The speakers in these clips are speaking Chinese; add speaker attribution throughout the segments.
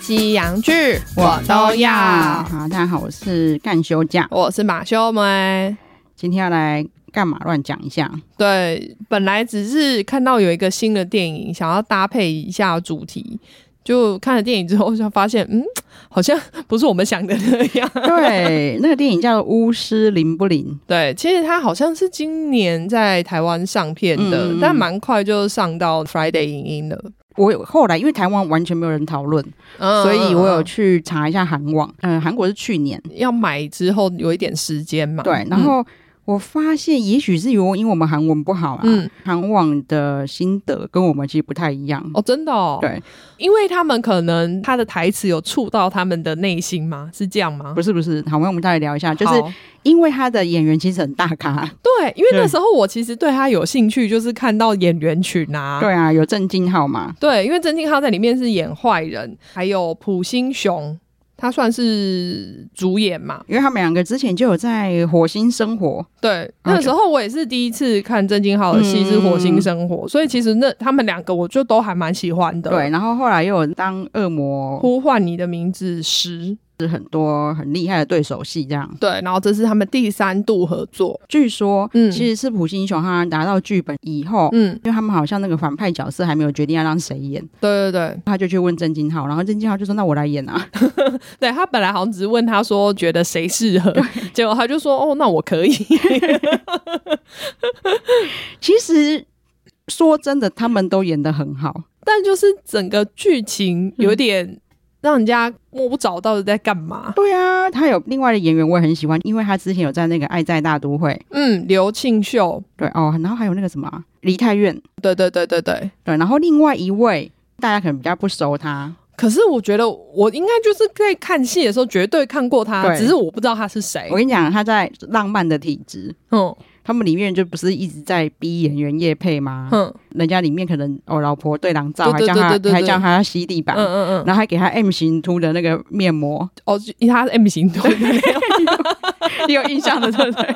Speaker 1: 西洋剧我都要。
Speaker 2: 好，大家好，我是干休假，
Speaker 1: 我是马修梅。
Speaker 2: 今天要来干嘛乱讲一下？
Speaker 1: 对，本来只是看到有一个新的电影，想要搭配一下主题，就看了电影之后，就发现，嗯，好像不是我们想的那 样。
Speaker 2: 对，那个电影叫《巫师灵不灵》。
Speaker 1: 对，其实它好像是今年在台湾上片的，
Speaker 2: 嗯嗯嗯
Speaker 1: 但蛮快就上到 Friday 影音了。
Speaker 2: 我后来因为台湾完全没有人讨论，
Speaker 1: 嗯
Speaker 2: 所以我有
Speaker 1: 嗯
Speaker 2: 去查一下韩网。嗯、韩国是去年
Speaker 1: 嗯要买之后有一点时间嘛。
Speaker 2: 对，然后我发现也许是因为我因为我们韩文不好啊，
Speaker 1: 嗯，嗯
Speaker 2: 韩网的心得跟我们其实不太一样。
Speaker 1: 哦，真的哦，
Speaker 2: 对，
Speaker 1: 因为他们可能他的台词有触到他们的内心吗？是这样吗？
Speaker 2: 不是不是，好，我们再来聊一下，就是
Speaker 1: 好啊
Speaker 2: 因为他的演员其实很大咖，
Speaker 1: 对，因为那
Speaker 2: 对
Speaker 1: 时候我其实对他有兴趣，就是看到演员群啊，
Speaker 2: 对啊，有郑敬浩嘛，
Speaker 1: 对因为郑敬浩在里面是演坏人，还有普星雄，他算是主演嘛。
Speaker 2: 因为他们两个之前就有在火星生活，
Speaker 1: 对，那时候我也是第一次看郑敬浩的戏是《火星生活》所以其实那他们两个我就都还蛮喜欢
Speaker 2: 嗯
Speaker 1: 的。
Speaker 2: 对，，然后后来又有当恶魔，
Speaker 1: 呼唤你的名字十。
Speaker 2: 是很多很厉害的对手戏这样。
Speaker 1: 对，然后这是他们第三度合作。
Speaker 2: 据说，
Speaker 1: 嗯
Speaker 2: 其实是普星雄他拿到剧本以后。
Speaker 1: 嗯，
Speaker 2: 因为他们好像那个反派角色还没有决定要让谁演，
Speaker 1: 对对对，
Speaker 2: 他就去问郑敬浩，然后郑敬浩就说：“那我来演啊。
Speaker 1: 对他本来好像只是问他说觉得谁适合，结果他就说哦，那我可以。
Speaker 2: 其实说真的，他们都演得很好，
Speaker 1: 但就是整个剧情有点让人家摸不着到底在干嘛。
Speaker 2: 对啊，他有另外的演员我也很喜欢，因为他之前有在那个《爱在大都会》
Speaker 1: 嗯，刘庆秀，
Speaker 2: 对哦，然后还有那个什么啊梨泰院
Speaker 1: 对对对对对。
Speaker 2: 对，然后另外一位大家可能比较不熟他，
Speaker 1: 可是我觉得我应该就是在看戏的时候绝对看过他，
Speaker 2: 对
Speaker 1: 只是我不知道他是谁
Speaker 2: 我。跟你讲他在《浪漫的体质》，
Speaker 1: 嗯
Speaker 2: 他们里面就不是一直在逼演员叶配吗？
Speaker 1: 哼
Speaker 2: 人家里面可能哦老婆对狼照，还
Speaker 1: 对对
Speaker 2: 叫他
Speaker 1: 对对对
Speaker 2: 还叫他吸地板
Speaker 1: 嗯。嗯嗯，
Speaker 2: 然后还给他 M 型秃的那个面 膜，
Speaker 1: 哦，他是 M 型的，
Speaker 2: 你有印象的对不对？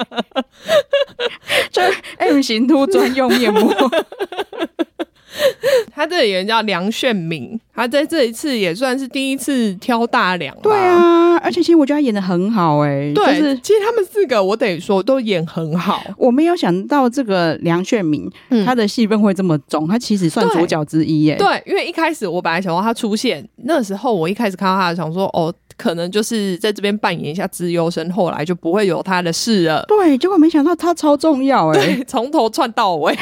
Speaker 2: 就是 M 型秃专用面 膜，
Speaker 1: 啊他这个演员叫梁炫敏，他在这一次也算是第一次挑大梁吧。
Speaker 2: 对啊，而且其实我觉得他演的很好哎、就
Speaker 1: 对，
Speaker 2: 是
Speaker 1: 其实他们四个我得说都演很好，
Speaker 2: 我没有想到这个梁炫明、
Speaker 1: 嗯
Speaker 2: 他的戏份会这么重，他其实算
Speaker 1: 对
Speaker 2: 主角之一哎耶。
Speaker 1: 对，因为一开始我本来想说他出现，那时候我一开始看到他想说哦，可能就是在这边扮演一下资优生，后来就不会有他的事了。
Speaker 2: 对，结果没想到他超重要哎，
Speaker 1: 对，从头串到尾。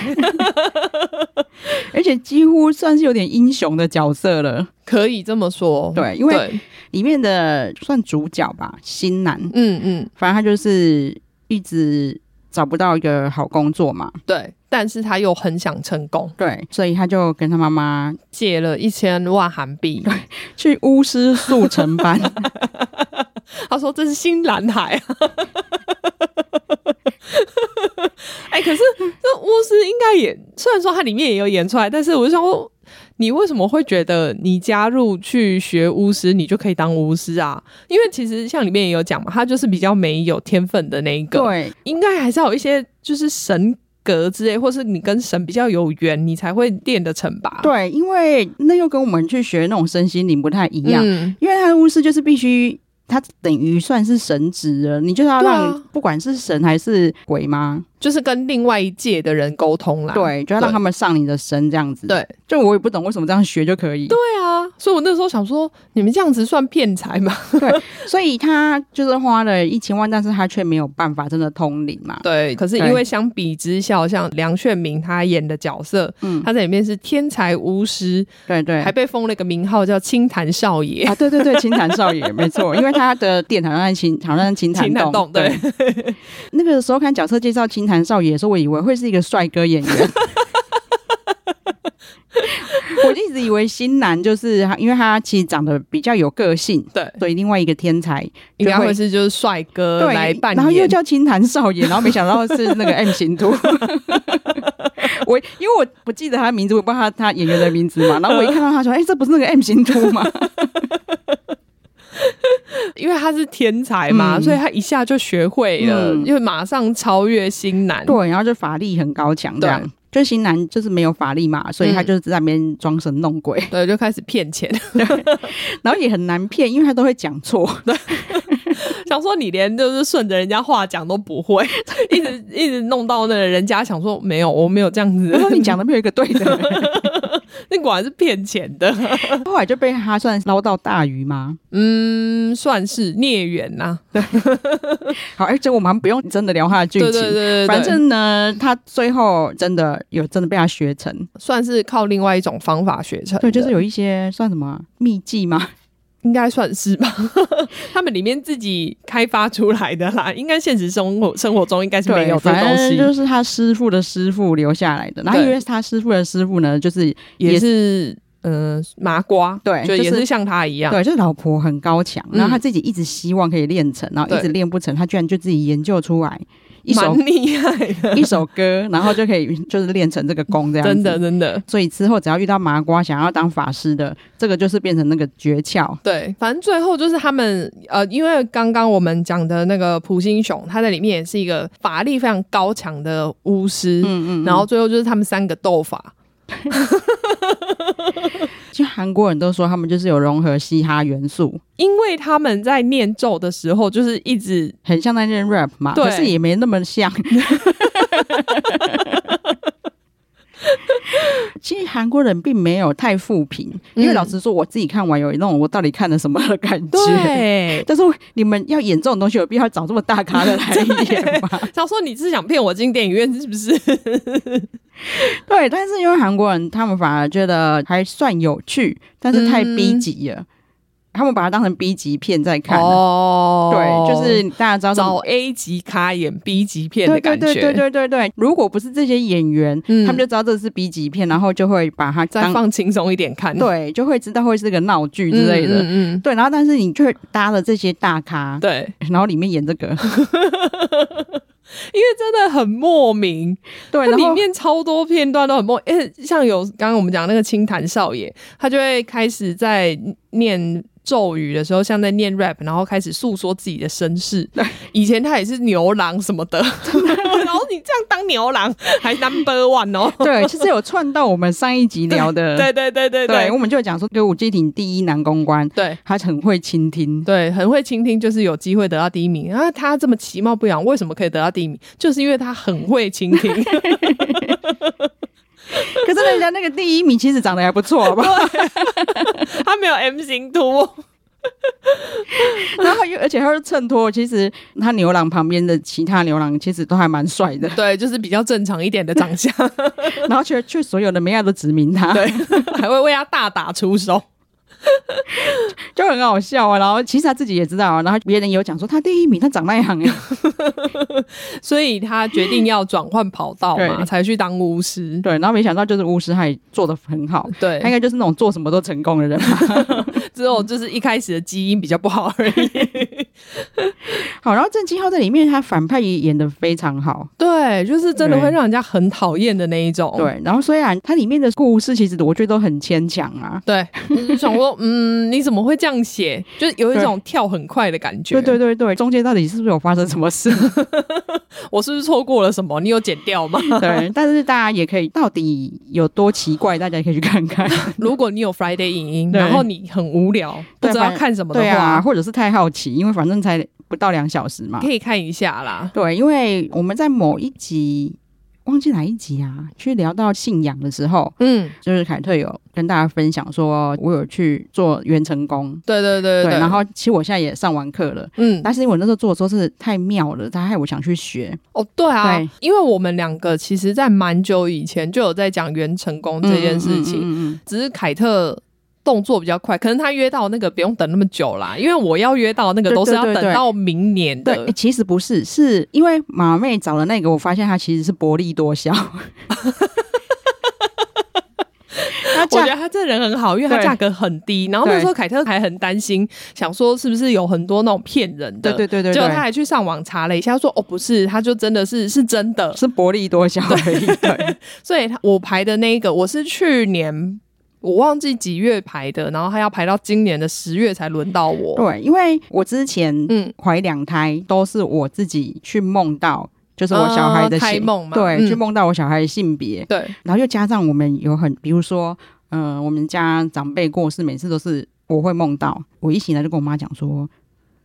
Speaker 2: 而且几乎算是有点英雄的角色了。
Speaker 1: 可以这么说，
Speaker 2: 对，因为
Speaker 1: 嗯对
Speaker 2: 里面的算主角吧，新男，
Speaker 1: 嗯嗯，
Speaker 2: 反正他就是一直找不到一个好工作嘛，
Speaker 1: 对。但是他又很想成功，
Speaker 2: 对，所以他就跟他妈妈
Speaker 1: 借了一千万韩 币。
Speaker 2: 去巫师速成 班，
Speaker 1: 他说这是新蓝海、啊。哎、可是这巫师应该也，虽然说它里面也有演出来，但是我就想说，你为什么会觉得你加入去学巫师，你就可以当巫师啊？因为其实像里面也有讲嘛，他就是比较没有天分的那一个，
Speaker 2: 对，
Speaker 1: 应该还是要有一些就是神格之类，或是你跟神比较有缘，你才会练得成吧？
Speaker 2: 对，因为那又跟我们去学那种身心灵不太一样，
Speaker 1: 嗯，
Speaker 2: 因为他的巫师就是必须。他等于算是神职了，你就是要
Speaker 1: 对啊
Speaker 2: 让不管是神还是鬼吗？
Speaker 1: 就是跟另外一届的人沟通啦。
Speaker 2: 对，就要让
Speaker 1: 啊对
Speaker 2: 他们上你的身这样子。
Speaker 1: 对，
Speaker 2: 就我也不懂为什么这样学就可以。
Speaker 1: 对啊，所以我那时候想说，你们这样子算骗财吗？
Speaker 2: 所以他就是花了一千万，但是他却没有办法真的通灵嘛。
Speaker 1: 对，可是因
Speaker 2: 对
Speaker 1: 为相比之下，像梁炫明他演的角色，
Speaker 2: 嗯
Speaker 1: 他在里面是天才巫师，
Speaker 2: 对对
Speaker 1: 还被封了一个名号叫清谈少 爷。
Speaker 2: 啊，对对对，清潭少 爷没错，因为他的店好像在清，好像在清潭
Speaker 1: 清潭洞对，
Speaker 2: 那个时候看角色介绍清潭少爷的时候，我以为会是一个帅哥演 员。我一直以为新男就是他，因为他其实长得比较有个性，
Speaker 1: 对，
Speaker 2: 所以另外一个天才
Speaker 1: 应该
Speaker 2: 就会
Speaker 1: 会是就是帅哥
Speaker 2: 对
Speaker 1: 来扮
Speaker 2: 然后又
Speaker 1: 演。
Speaker 2: 叫清潭少爷，然后没想到是 那个 M 型图。 我因为我不记得他的名字，我不知道他他演员的名字嘛。然后我一看到他说：“哎、这不是那个 M 型图吗
Speaker 1: 因为他是天才嘛，
Speaker 2: 嗯
Speaker 1: 所以他一下就学会了，
Speaker 2: 嗯
Speaker 1: 因为马上超越新？”男。
Speaker 2: 对，然后就法力很高强这样
Speaker 1: 对。
Speaker 2: 就是型男就是没有法力嘛，所以他
Speaker 1: 嗯
Speaker 2: 就是在那边装神弄鬼，
Speaker 1: 对，就开始骗钱，
Speaker 2: 然后也很难骗，因为他都会讲错。
Speaker 1: 想说你连就是顺着人家话讲都不会， 一直一直弄到那个人家想说没有，我没有这样子
Speaker 2: 我，说 你讲的没有一个对的，
Speaker 1: 那果然是骗钱的，
Speaker 2: 后来就被他算捞到大鱼吗？
Speaker 1: 嗯，算是孽缘呐、
Speaker 2: 好，而且我们好像不用真的聊他的剧
Speaker 1: 对
Speaker 2: 情。
Speaker 1: 对对对，对
Speaker 2: 反正呢，他最后真的有真的被他学成，
Speaker 1: 算是靠另外一种方法学成的，
Speaker 2: 对，就是有一些算什么啊秘技 吗？
Speaker 1: 应该算是吧， 他们里面自己开发出来的啦，应该现实生活生活中应该是没有这个
Speaker 2: 反
Speaker 1: 东
Speaker 2: 正
Speaker 1: 西，
Speaker 2: 就是他师傅的师傅留下来的。然后
Speaker 1: 对
Speaker 2: 因为他师傅的师傅呢，就是
Speaker 1: 也是嗯、呃麻瓜，
Speaker 2: 对
Speaker 1: 就
Speaker 2: 就
Speaker 1: 也
Speaker 2: 是
Speaker 1: 是像他一样，
Speaker 2: 对，就是老婆很高强，
Speaker 1: 嗯
Speaker 2: 然后他自己一直希望可以练成，然后一直
Speaker 1: 对
Speaker 2: 练不成，他居然就自己研究出来一首
Speaker 1: 蛮厉害的，
Speaker 2: 一首歌，然后就可以就是练成这个功这样子。
Speaker 1: 真的真的。
Speaker 2: 所以之后只要遇到麻瓜想要当法师的，这个就是变成那个诀窍。
Speaker 1: 对，反正最后就是他们呃，因为刚刚我们讲的那个普星雄，他在里面也是一个法力非常高强的巫师，
Speaker 2: 嗯
Speaker 1: 然后最后就是他们三个斗法，
Speaker 2: 就韩国人都说他们就是有融合嘻哈元素，
Speaker 1: 因为他们在念咒的时候就是一直
Speaker 2: 很像在念 rap 嘛，
Speaker 1: 嗯对
Speaker 2: 可是也没那么 像。其实韩国人并没有太负评，因为
Speaker 1: 嗯
Speaker 2: 老实说，我自己看完有那种我到底看了什么的感觉。
Speaker 1: 对，
Speaker 2: 但是你们要演这种东西，有必要找这么大咖的来演 吗？
Speaker 1: 他说你是 想骗我进电影院是不是？
Speaker 2: 对，但是因为韩国人他们反而觉得还算有趣，但是太
Speaker 1: 嗯
Speaker 2: B 级了，他们把它当成 B 级片在看。
Speaker 1: 哦
Speaker 2: 对，就是大家知道什么
Speaker 1: 找 A 级咖演 B 级片
Speaker 2: 对
Speaker 1: 的
Speaker 2: 对
Speaker 1: 感觉，
Speaker 2: 对对对对对，如果不是这些演员，
Speaker 1: 嗯
Speaker 2: 他们就知道这是 B 级片，然后就会把它
Speaker 1: 再
Speaker 2: 当
Speaker 1: 放轻松一点看，
Speaker 2: 对，就会知道会是个闹剧
Speaker 1: 嗯
Speaker 2: 之类的。
Speaker 1: 嗯嗯
Speaker 2: 对，然后但是你却搭了这些大咖
Speaker 1: 嗯，对，
Speaker 2: 然后里面演这 个，
Speaker 1: 因为真的很莫名，
Speaker 2: 对，
Speaker 1: 它
Speaker 2: 然
Speaker 1: 里
Speaker 2: 后
Speaker 1: 面超多片段都很莫，因为像有刚刚我们讲那个清谈少爷，他就会开始在念。咒语的时候，像在念 rap，然后开始诉说自己的身世。以前他也是牛郎什么 的，然后你这样当牛郎还 number one 哦。
Speaker 2: 对，其实有串到我们上一集聊的，
Speaker 1: 对对对嗯对
Speaker 2: 对我们就有讲说歌舞伎町第一男公关，
Speaker 1: 对
Speaker 2: 他很会倾 听。
Speaker 1: 对，很会倾听，就是有机会得到第一名。啊，他这么其貌不扬，为什么可以得到第一名？就是因为他很会倾听。
Speaker 2: 可是人家那个第一名其实长得还不错，好不好？
Speaker 1: 他没有 M 型秃，
Speaker 2: 然后又而且他又衬托，其实他牛郎旁边的其他牛郎其实都还蛮帅 的。
Speaker 1: 对，就是比较正常一点的长相，
Speaker 2: 然后却却所有的美亚都指名他，
Speaker 1: 对， 还会为他大打出手。
Speaker 2: 就很好笑啊。然后其实他自己也知道啊，然后别人有讲说他第一名，他长那样哎，
Speaker 1: 所以他决定要转换跑道嘛，
Speaker 2: 对
Speaker 1: 才去当巫师。
Speaker 2: 对。然后没想到就是巫师还做的很好，他应
Speaker 1: 对，
Speaker 2: 该就是那种做什么都成功的人啊 嘛。
Speaker 1: 只有就是一开始的基因比较不好而已。
Speaker 2: 好，然后郑敬浩在里面他反派也演的非常好，
Speaker 1: 对，就是真的会
Speaker 2: 对
Speaker 1: 让人家很讨厌的那一种。
Speaker 2: 对。然后虽然他里面的故事其实我觉得都很牵强啊。
Speaker 1: 对，就是想说， 嗯，你怎么会这样写？就是有一种跳很快的感觉。
Speaker 2: 对对对对，中间到底是不是有发生什么 事？
Speaker 1: 我是不是错过了什么？你有剪掉 吗？
Speaker 2: 对，但是大家也可以到底有多奇怪，大家也可以去看看。
Speaker 1: 如果你有 Friday 影音，
Speaker 2: 对
Speaker 1: 然后你很无聊，不
Speaker 2: 对
Speaker 1: 知道
Speaker 2: 反正
Speaker 1: 看什么的
Speaker 2: 对啊，
Speaker 1: 话，
Speaker 2: 或者是太好奇，因为反正才不到两小时嘛。
Speaker 1: 可以看一下啦。
Speaker 2: 对，因为我们在某一集忘记哪一集啊，去聊到信仰的时候，
Speaker 1: 嗯，
Speaker 2: 就是凯特有跟大家分享说，我有去做元成功。
Speaker 1: 对对对对，
Speaker 2: 然后其实我现在也上完课了，
Speaker 1: 嗯，
Speaker 2: 但是因为我那时候做的时候是太妙了，他害我想去学。
Speaker 1: 哦，对啊，
Speaker 2: 对
Speaker 1: 因为我们两个其实，在蛮久以前就有在讲袁成功这件事
Speaker 2: 嗯
Speaker 1: 情，
Speaker 2: 嗯嗯嗯
Speaker 1: 只是凯特。动作比较快，可能他约到那个不用等那么久啦，因为我要约到那个
Speaker 2: 对
Speaker 1: 都是
Speaker 2: 对
Speaker 1: 要
Speaker 2: 对
Speaker 1: 等
Speaker 2: 对
Speaker 1: 到明年
Speaker 2: 对
Speaker 1: 的，，
Speaker 2: 诶其实不是，是因为马妹找了那个，我发现她其实是薄利多 销。她
Speaker 1: 我觉
Speaker 2: 价
Speaker 1: 得他这人很好，因为他
Speaker 2: 对
Speaker 1: 价格很低。然后那时候凯特还很担心，想说是不是有很多那种骗人的，
Speaker 2: 对对对对
Speaker 1: 结果
Speaker 2: 对
Speaker 1: 他，还去上网查了一下，说哦不是，他就真的是是真的。
Speaker 2: 是薄利多销而已。对，
Speaker 1: 所以他我排的那一个，我是去年我忘记几月排的，然后他要排到今年的十月才轮到
Speaker 2: 哦
Speaker 1: 我。
Speaker 2: 对，因为我之前
Speaker 1: 嗯
Speaker 2: 怀两胎都是我自己去梦到就是我小孩的性
Speaker 1: 哦胎梦嘛
Speaker 2: 对，
Speaker 1: 嗯
Speaker 2: 去梦到我小孩的性别，
Speaker 1: 对，
Speaker 2: 然后又加上我们有很，比如说，嗯、我们家长辈过世，每次都是我会梦到，我一醒来就跟我妈讲说，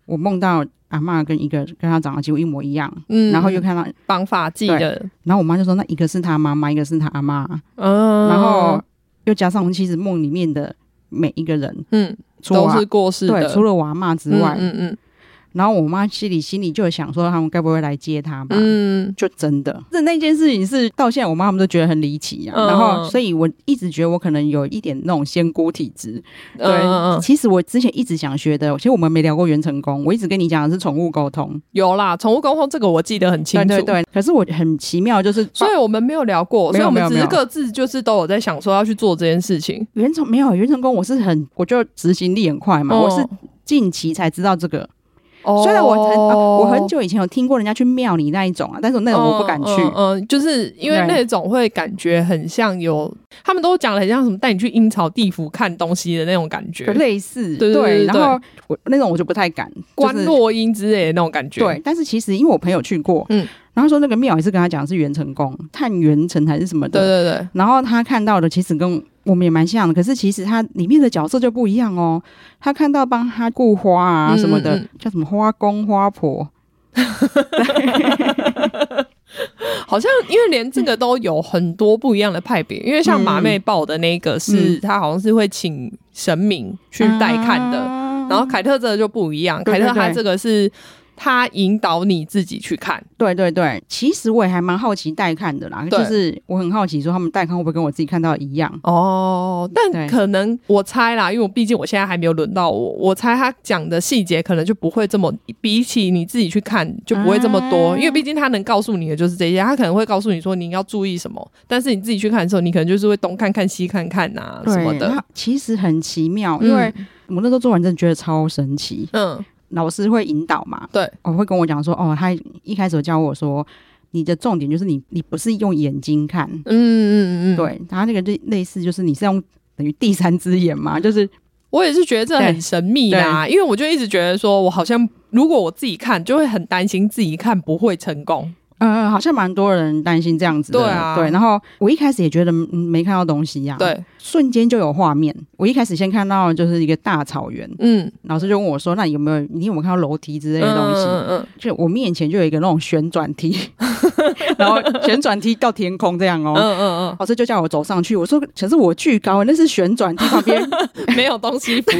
Speaker 2: 我梦到阿嬷跟一个跟她长得几乎一模一样，
Speaker 1: 嗯
Speaker 2: 然后又看到，
Speaker 1: 绑发剂的，
Speaker 2: 然后我妈就说，那一个是她妈妈，一个是她阿妈，
Speaker 1: 嗯，
Speaker 2: 然后又加上其实梦里面的每一个人，
Speaker 1: 嗯，
Speaker 2: 除了
Speaker 1: 都
Speaker 2: 我
Speaker 1: 是过世的，
Speaker 2: 对，除了我阿嬷之外，啊
Speaker 1: 嗯嗯
Speaker 2: 然后我妈心里心里就有想说，他们该不会来接她吧？
Speaker 1: 嗯
Speaker 2: 就真的，这那件事情是到现在我妈他们都觉得很离奇啊。
Speaker 1: 嗯
Speaker 2: 然后，所以我一直觉得我可能有一点那种仙姑体质。
Speaker 1: 嗯，
Speaker 2: 对，
Speaker 1: 嗯嗯
Speaker 2: 其实我之前一直想学的，其实我们没聊过元成功，我一直跟你讲的是宠物沟通。
Speaker 1: 有啦，宠物沟通这个我记得很清
Speaker 2: 对
Speaker 1: 楚，
Speaker 2: 对对，可是我很奇妙，就是
Speaker 1: 所以我们没有聊过，
Speaker 2: 没
Speaker 1: 所以
Speaker 2: 有
Speaker 1: 我
Speaker 2: 没
Speaker 1: 们
Speaker 2: 有
Speaker 1: 只
Speaker 2: 没
Speaker 1: 是
Speaker 2: 有
Speaker 1: 各自就是都有在想说要去做这件事情。
Speaker 2: 元成没有元成功，我是很我就执行力很快嘛，
Speaker 1: 哦
Speaker 2: 我是近期才知道这个。
Speaker 1: 哦
Speaker 2: 虽然我很、啊我很久以前有听过人家去庙里那一种啊，但是我那种我不敢去。
Speaker 1: 嗯，嗯嗯就是因为
Speaker 2: 对
Speaker 1: 那种会感觉很像有，他们都讲的很像什么带你去阴曹地府看东西的那种感觉，
Speaker 2: 类似
Speaker 1: 对对对
Speaker 2: 然后我那种我就不太敢，
Speaker 1: 观
Speaker 2: 就是
Speaker 1: 落阴之类的那种感觉。
Speaker 2: 对，但是其实因为我朋友去过，
Speaker 1: 嗯
Speaker 2: 嗯，然后他说那个庙也是跟他讲是元成功，探元成还是什么
Speaker 1: 对
Speaker 2: 的，
Speaker 1: 对对，
Speaker 2: 然后他看到的其实跟我们也蛮像的，可是其实他里面的角色就不一样哦。他看到帮他顾花啊什么的，
Speaker 1: 嗯嗯
Speaker 2: 叫什么花公花婆，
Speaker 1: 好像因为连这个都有很多不一样的派别，因为像马妹报的那个是，
Speaker 2: 嗯
Speaker 1: 他好像是会请神明去带看的，
Speaker 2: 啊
Speaker 1: 然后凯特这个就不一样，
Speaker 2: 对
Speaker 1: 凯
Speaker 2: 对
Speaker 1: 特他
Speaker 2: 对
Speaker 1: 这个是他引导你自己去看，
Speaker 2: 对对对，其实我也还蛮好奇带看的啦，
Speaker 1: 对
Speaker 2: 就是我很好奇说他们带看会不会跟我自己看到的一样。
Speaker 1: 哦，但
Speaker 2: 对
Speaker 1: 可能我猜啦，因为我毕竟我现在还没有轮到我，我猜他讲的细节可能就不会这么，比起你自己去看就不会这么多，
Speaker 2: 啊
Speaker 1: 因为毕竟他能告诉你的就是这些，他可能会告诉你说你要注意什么，但是你自己去看的时候，你可能就是会东看看西看看啊什么的，
Speaker 2: 它其实很奇妙，因为我那时候做完真的觉得超神奇。
Speaker 1: 嗯
Speaker 2: 老师会引导嘛，
Speaker 1: 对，
Speaker 2: 我、会跟我讲说，哦，他一开始有教我说，你的重点就是你，你不是用眼睛看，
Speaker 1: 嗯嗯嗯嗯，
Speaker 2: 对，他那个就类似就是你是用等于第三只眼
Speaker 1: 嗯
Speaker 2: 嘛，就是
Speaker 1: 我也是觉得这很神秘啦，因为我就一直觉得说我好像如果我自己看，就会很担心自己看不会成功，
Speaker 2: 呃，好像蛮多人担心这样子的，
Speaker 1: 对啊
Speaker 2: 然后我一开始也觉得、嗯、没看到东西呀、，
Speaker 1: 对，
Speaker 2: 瞬间就有画面，我一开始先看到就是一个大草原，
Speaker 1: 嗯，
Speaker 2: 老师就问我说，那你有没有你有没有看到楼梯之类的东西？
Speaker 1: 嗯嗯
Speaker 2: 就我面前就有一个那种旋转 梯，然后旋转梯到天空这样哦。
Speaker 1: 嗯嗯
Speaker 2: 老师就叫我走上去，我说可是我巨高，那是旋转梯旁边，
Speaker 1: 嗯，没有东西服，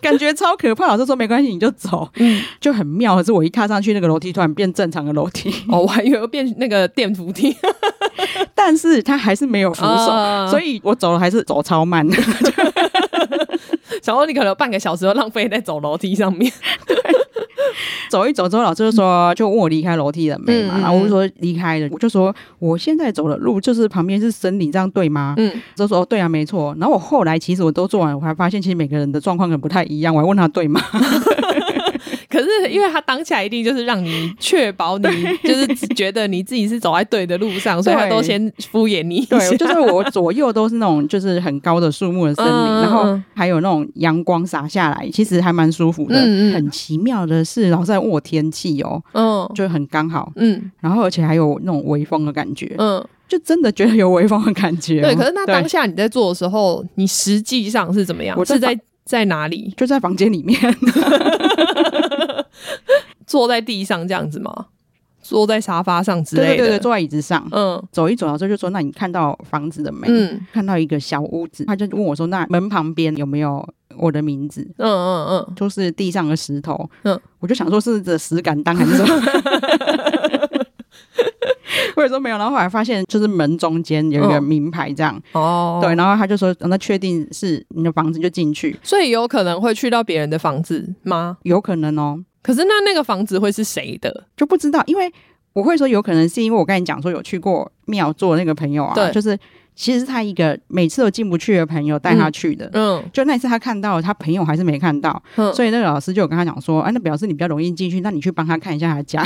Speaker 2: 感觉超可怕。老师说没关系，你就走，
Speaker 1: 嗯
Speaker 2: 就很妙。可是我一踏上去，那个楼梯突然变正常的楼梯，
Speaker 1: 哦，我还以为会变那个电扶梯
Speaker 2: 但是它还是没有扶手，
Speaker 1: 啊
Speaker 2: 所以我走了还是走超慢。
Speaker 1: 想说你可能有半个小时都浪费在走楼梯上面。
Speaker 2: 走一走之后，老师就说就问我离开楼梯了没嘛，
Speaker 1: 嗯嗯
Speaker 2: 然后我就说离开了，我就说我现在走的路就是旁边是森林，这样对吗？
Speaker 1: 嗯，
Speaker 2: 就说哦对啊，没错。然后我后来其实我都做完，我还发现其实每个人的状况可能不太一样，我还问他对 吗？
Speaker 1: 可是因为他当下一定就是让你确保你就是觉得你自己是走在对的路上，所以他
Speaker 2: 对
Speaker 1: 都先敷衍你一下。嗯
Speaker 2: 对，就是我左右都是那种就是很高的树木的森林，
Speaker 1: 嗯嗯嗯
Speaker 2: 然后还有那种阳光洒下来，其实还蛮舒服的。
Speaker 1: 嗯嗯
Speaker 2: 很奇妙的是，老师在问我天气哦，
Speaker 1: 嗯
Speaker 2: 就很刚好，
Speaker 1: 嗯
Speaker 2: 然后而且还有那种微风的感觉，
Speaker 1: 嗯，
Speaker 2: 就真的觉得有微风的感觉哦、
Speaker 1: 对。可是那当
Speaker 2: 对
Speaker 1: 下你在做的时候，你实际上是怎么样？
Speaker 2: 我在
Speaker 1: 是在在哪里？
Speaker 2: 就在房间里面，
Speaker 1: 坐在地上这样子吗？坐在沙发上之
Speaker 2: 对对
Speaker 1: 类的？
Speaker 2: 对对，坐在椅子上。
Speaker 1: 嗯
Speaker 2: 走一走，老师就说：“那你看到房子了没？”
Speaker 1: 嗯
Speaker 2: 看到一个小屋子，他就问我说：“那门旁边有没有我的名字
Speaker 1: 嗯嗯？”
Speaker 2: 就是地上的石头，
Speaker 1: 嗯
Speaker 2: 嗯，我就想说是这石敢当还是什么， 我也说没有，然后后来发现就是门中间有一个
Speaker 1: 嗯
Speaker 2: 名牌这样，
Speaker 1: 嗯，哦，
Speaker 2: 对，，然后他就说那确定是你的房子就进去，
Speaker 1: 所以有可能会去到别人的房子吗？
Speaker 2: 有可能哦，
Speaker 1: 可是那那个房子会是谁的？
Speaker 2: 就不知道，因为我会说有可能是因为我跟你讲说有去过庙做那个朋友
Speaker 1: 对
Speaker 2: 啊，就是其实是他一个每次都进不去的朋友带他去的，
Speaker 1: 嗯
Speaker 2: 就那一次他看到，他朋友还是没看到，
Speaker 1: 嗯
Speaker 2: 所以那个老师就有跟他讲说，啊，那表示你比较容易进去，那你去帮他看一下他 家。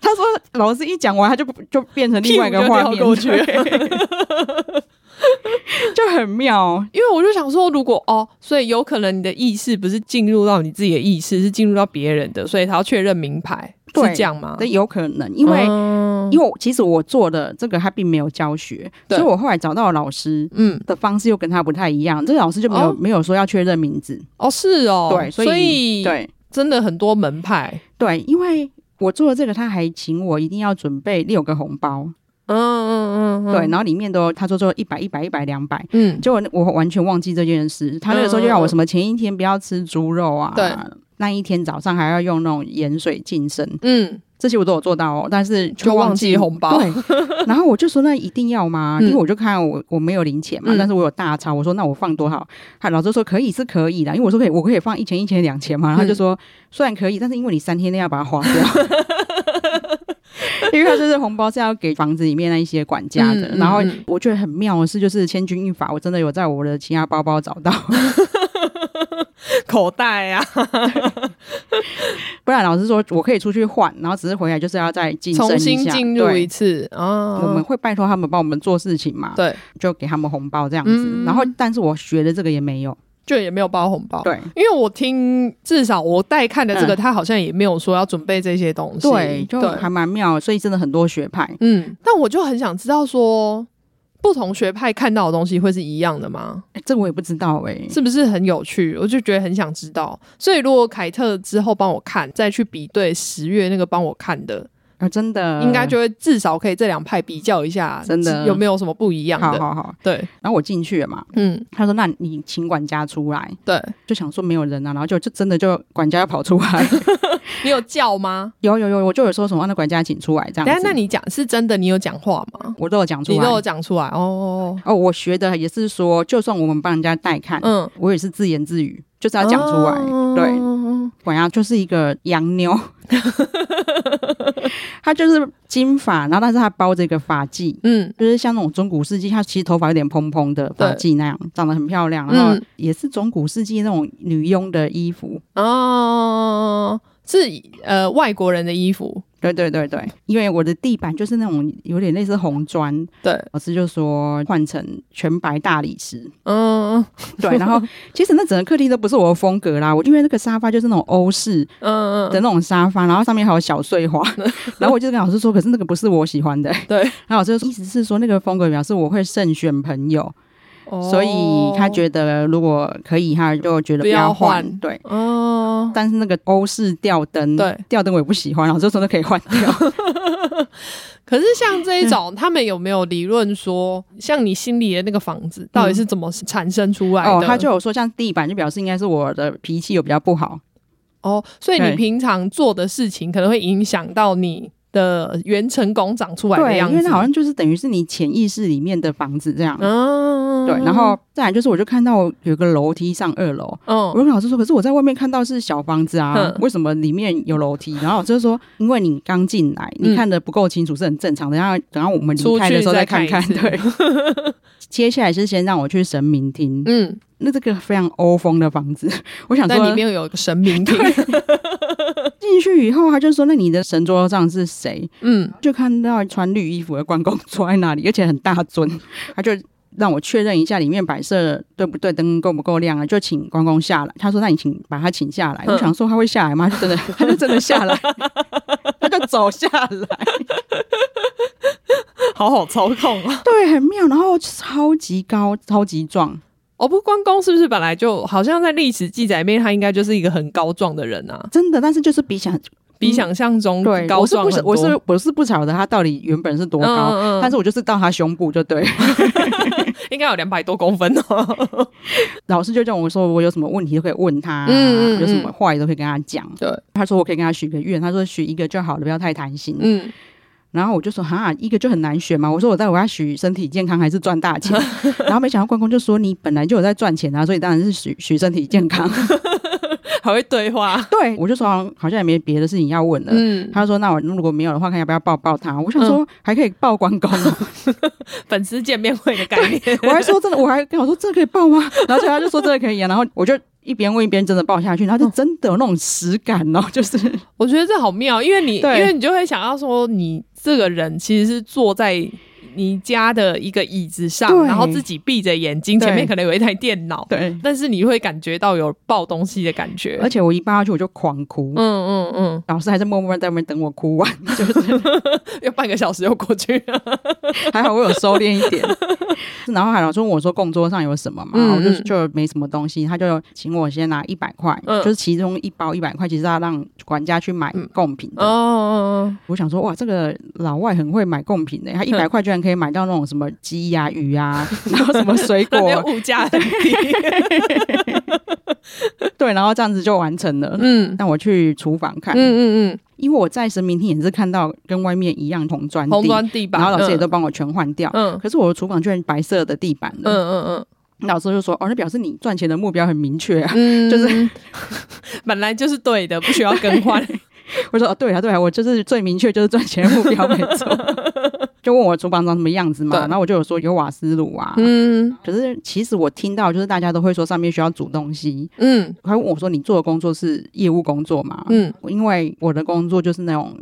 Speaker 2: 他说老师一讲完，他就不就变成另外一个画面
Speaker 1: 屁股就掉过去
Speaker 2: 对 就很妙。
Speaker 1: 因为我就想说，如果哦，所以有可能你的意识不是进入到你自己的意识，是进入到别人的，所以他要确认名牌，是
Speaker 2: 对
Speaker 1: 这样吗
Speaker 2: 这？有可能，因为、
Speaker 1: 嗯
Speaker 2: 因为我其实我做的这个他并没有教学，
Speaker 1: 对
Speaker 2: 所以我后来找到的老师
Speaker 1: 嗯，
Speaker 2: 的方式又跟他不太一样。这个老师就没有、
Speaker 1: 哦
Speaker 2: 没有说要确认名字，
Speaker 1: 哦，是哦，
Speaker 2: 对，所
Speaker 1: 所
Speaker 2: 以对
Speaker 1: 真的很多门派，
Speaker 2: 对，因为我做了这个，他还请我一定要准备六个红包，
Speaker 1: 嗯嗯嗯，嗯
Speaker 2: 对，，然后里面都他说做一百一百一百两百。
Speaker 1: 嗯，
Speaker 2: 结果我完全忘记这件事，他那个时候就要我什么前一天不要吃猪肉啊，
Speaker 1: 对，
Speaker 2: 那一天早上还要用那种盐水净身，
Speaker 1: 嗯，
Speaker 2: 这些我都有做到哦，但是
Speaker 1: 就忘记红包
Speaker 2: 对，然后我就说那一定要吗？
Speaker 1: 嗯
Speaker 2: 因为我就看我我没有零钱嘛，
Speaker 1: 嗯
Speaker 2: 但是我有大钞，我说那我放多少？他老师说可以是可以的，因为我说可以，我可以放一千一千两千
Speaker 1: 嗯
Speaker 2: 嘛，然后他就说虽然可以，但是因为你三天内要把它花掉。 因为他就是红包是要给房子里面那一些管家的，
Speaker 1: 嗯嗯
Speaker 2: 然后
Speaker 1: 嗯
Speaker 2: 我觉得很妙的是，就是千钧一发，我真的有在我的其他包包找到，
Speaker 1: 口袋啊，
Speaker 2: 不然老师说我可以出去换，然后只是回来就是要再晋升
Speaker 1: 重
Speaker 2: 一
Speaker 1: 新
Speaker 2: 下
Speaker 1: 进入
Speaker 2: 对
Speaker 1: 一次啊，
Speaker 2: 我们会拜托他们帮我们做事情嘛，
Speaker 1: 对，
Speaker 2: 就给他们红包这样子。
Speaker 1: 嗯
Speaker 2: 然后，但是我学的这个也没有，
Speaker 1: 就也没有包红包，
Speaker 2: 对嗯
Speaker 1: 因为我听至少我带看的这个，他好像也没有说要准备这些东西，
Speaker 2: 对，就还蛮妙的，所以真的很多学派。
Speaker 1: 嗯，但我就很想知道说，不同学派看到的东西会是一样的吗？
Speaker 2: 诶这我也不知道哎、
Speaker 1: 是不是很有趣？我就觉得很想知道。所以如果凯特之后帮我看，再去比对十月那个帮我看的，
Speaker 2: 啊，真的
Speaker 1: 应该就会至少可以这两派比较一下，
Speaker 2: 真的
Speaker 1: 有没有什么不一样的？
Speaker 2: 好好好。
Speaker 1: 对，
Speaker 2: 然后我进去了嘛，
Speaker 1: 嗯，
Speaker 2: 他说：“那你请管家出来。
Speaker 1: 对，”
Speaker 2: 就想说没有人啊，然后就就真的就管家跑出 来，
Speaker 1: 你有叫吗？
Speaker 2: 有有有，我就有说什么、啊那管家请出来这
Speaker 1: 等一
Speaker 2: 样
Speaker 1: 下，
Speaker 2: 子。
Speaker 1: 那你讲是真的，你有讲话吗？
Speaker 2: 我都有讲出
Speaker 1: 你
Speaker 2: 来
Speaker 1: 都。有讲出来哦。
Speaker 2: 哦，我学的也是说，就算我们帮人家带看，
Speaker 1: 嗯，
Speaker 2: 我也是自言自语，就是要讲出来。对，
Speaker 1: 哦
Speaker 2: 管家就是一个洋妞，她就是金发，然后但是她包着一个发髻，
Speaker 1: 嗯
Speaker 2: 就是像那种中古世纪，她其实头发有点蓬蓬的发髻那样，长得很漂亮，然后
Speaker 1: 嗯
Speaker 2: 也是中古世纪那种女佣的衣服。
Speaker 1: 哦，是呃外国人的衣服，
Speaker 2: 对对对对，因为我的地板就是那种有点类似红砖，
Speaker 1: 对，
Speaker 2: 老师就说换成全白大理石，
Speaker 1: 嗯
Speaker 2: 对，然后其实那整个客厅都不是我的风格啦，我因为那个沙发就是那种欧式
Speaker 1: 嗯嗯，
Speaker 2: 的那种沙发，然后上面还有小碎 花，然后我就跟老师说，可是那个不是我喜欢的，
Speaker 1: 对，
Speaker 2: 然后老师就说意思是说那个风格表示我会慎选朋友，
Speaker 1: 哦
Speaker 2: 所以他觉得如果可以，他就觉得
Speaker 1: 不要
Speaker 2: 要
Speaker 1: 换
Speaker 2: 对。
Speaker 1: 得哦，
Speaker 2: 但是那个欧式吊灯，
Speaker 1: 对
Speaker 2: 吊灯我也不喜欢，老师就说那可以换掉。
Speaker 1: 可是像这一
Speaker 2: 嗯
Speaker 1: 种，他们有没有理论说，像你心里的那个房子到底是怎么产生出来的？
Speaker 2: 哦，他就有说像地板就表示应该是我的脾气有比较不好，
Speaker 1: 哦，所以你
Speaker 2: 对
Speaker 1: 平常做的事情可能会影响到你的原成功长出来的
Speaker 2: 对，
Speaker 1: 样
Speaker 2: 因
Speaker 1: 子，
Speaker 2: 为那好像就是等于是你潜意识里面的房子这样。
Speaker 1: 嗯，
Speaker 2: 对，然后再来就是，我就看到有个楼梯上二楼，我
Speaker 1: 嗯
Speaker 2: 就跟老师说，可是我在外面看到是小房子啊
Speaker 1: 嗯，
Speaker 2: 为什么里面有楼梯？然后老师就说，因为你刚进来，
Speaker 1: 嗯
Speaker 2: 你看的不够清楚是很正常的，然后等到我们
Speaker 1: 出
Speaker 2: 离
Speaker 1: 去
Speaker 2: 开的时候
Speaker 1: 再
Speaker 2: 看
Speaker 1: 看
Speaker 2: 看
Speaker 1: 一。次
Speaker 2: 对，接下来是先让我去神明厅，
Speaker 1: 嗯，
Speaker 2: 那这个非常欧风的房子， 我想
Speaker 1: 但
Speaker 2: 说
Speaker 1: 里面有个神明厅，
Speaker 2: 进去以后，他就说，那你的神桌上是谁？
Speaker 1: 嗯
Speaker 2: 就看到穿绿衣服的关公坐在那里，而且很大尊， 他就让我确认一下里面摆设对不对，灯够不够亮啊，就请关公下来。他说：“那你请把他请下来。
Speaker 1: 嗯
Speaker 2: 我想说他会下来吗？他就真的， 他就真的下来， 他就走下来，
Speaker 1: 好好操
Speaker 2: 哦
Speaker 1: 控啊。
Speaker 2: 对，很妙，然后超级高，超级壮。
Speaker 1: 哦，不，关公是不是本来就好像在历史记载里面，他应该就是一个很高壮的人啊，
Speaker 2: 真的，但是就是比想
Speaker 1: 比想象中
Speaker 2: 嗯对，
Speaker 1: 高
Speaker 2: 我是
Speaker 1: 壮
Speaker 2: 不
Speaker 1: 很
Speaker 2: 是
Speaker 1: 多。
Speaker 2: 我是我是不晓得他到底原本是多高，
Speaker 1: 嗯嗯嗯
Speaker 2: 但是我就是到他胸部就对了。
Speaker 1: 应该有两百多公分 哦。
Speaker 2: 老师就叫我说，我有什么问题都可以问他，
Speaker 1: 嗯嗯嗯
Speaker 2: 有什么话也都可以跟他讲。
Speaker 1: 对，
Speaker 2: 他说我可以跟他许个愿，他说许一个就好了，不要太贪心。
Speaker 1: 嗯，
Speaker 2: 然后我就说哈，一个就很难选嘛。我说我在我要许身体健康还是赚大 钱。然后没想到关公就说你本来就有在赚钱啊，所以当然是许许身体健 康。
Speaker 1: 还会对话。
Speaker 2: 对，我就说好像也没别的事情要问了。
Speaker 1: 嗯，
Speaker 2: 他说：“那我如果没有的话，看要不要抱抱他？”我想说还可以抱关公，啊
Speaker 1: 粉丝见面会的概念。
Speaker 2: 我还说真的，我还跟我说这可以抱吗？ 然后结果他就说这个可以啊，然后我就一边问一边真的抱下去，然
Speaker 1: 嗯
Speaker 2: 后就真的有那种实感哦，就是
Speaker 1: 我觉得这好妙，因为你因
Speaker 2: 对
Speaker 1: 为你就会想要说，你这个人其实是坐在你家的一个椅子上，
Speaker 2: 对
Speaker 1: 然后自己闭着眼睛，
Speaker 2: 对
Speaker 1: 前面可能有一台电脑，
Speaker 2: 对，
Speaker 1: 但是你会感觉到有爆东西的感觉。
Speaker 2: 而且我一搬下去我就狂哭，
Speaker 1: 嗯嗯
Speaker 2: 老师还在默默在那边等我哭完，
Speaker 1: 嗯，又半个小时又过去了。
Speaker 2: 还好我有收敛一点。 然后海老师问我说供桌上有什么嘛，
Speaker 1: 嗯
Speaker 2: 然后我就
Speaker 1: 嗯
Speaker 2: 就没什么东西，他就请我先拿一百块，
Speaker 1: 嗯
Speaker 2: 就是其中一包一百块，其实要让管家去买贡品的。
Speaker 1: 哦，
Speaker 2: 我想说哇，这个老外很会买贡品的、欸
Speaker 1: 嗯
Speaker 2: 他一百块居然可以买到那种什么鸡呀、鱼啊， 然后什么水
Speaker 1: 那边
Speaker 2: 果，
Speaker 1: 物价很低。
Speaker 2: 对，然后这样子就完成了。
Speaker 1: 嗯
Speaker 2: 那我去厨房看，
Speaker 1: 嗯嗯
Speaker 2: 因为我在神明厅也是看到跟外面一样红砖
Speaker 1: 嗯，
Speaker 2: 地，
Speaker 1: 红砖地板，
Speaker 2: 然后老师也都帮我全换掉。
Speaker 1: 嗯
Speaker 2: 可是我的厨房居然白色的地板
Speaker 1: 嗯
Speaker 2: 了，
Speaker 1: 嗯嗯
Speaker 2: 老师就说：“哦，那表示你赚钱的目标很明确啊。
Speaker 1: 嗯，
Speaker 2: 就是
Speaker 1: 本来就是对的，不需要更换。”
Speaker 2: 我说：“哦，对啊，对啊，我就是最明确就是赚钱的目标没错。” 就问我厨房长什么样子嘛，
Speaker 1: 对
Speaker 2: 然后我就有说有瓦斯炉啊。
Speaker 1: 嗯
Speaker 2: 可是其实我听到就是大家都会说上面需要煮东西，
Speaker 1: 嗯
Speaker 2: 他问我说：“你做的工作是业务工作吗？”
Speaker 1: 嗯
Speaker 2: 因为我的工作就是那种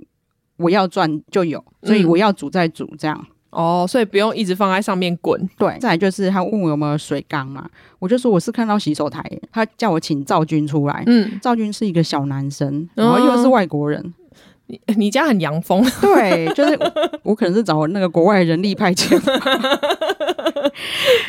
Speaker 2: 我要赚就有，所以
Speaker 1: 嗯
Speaker 2: 我要煮再煮这样。
Speaker 1: 哦，所以不用一直放在上面滚。
Speaker 2: 对，再来就是他问我有没有水缸嘛，我就说我是看到洗手台，他叫我请赵军出来。
Speaker 1: 嗯，
Speaker 2: 赵军是一个小男生，
Speaker 1: 哦
Speaker 2: 然后又是外国 人，
Speaker 1: 你你家很洋风。
Speaker 2: 对，就是我我可能是找那个国外人力派 遣，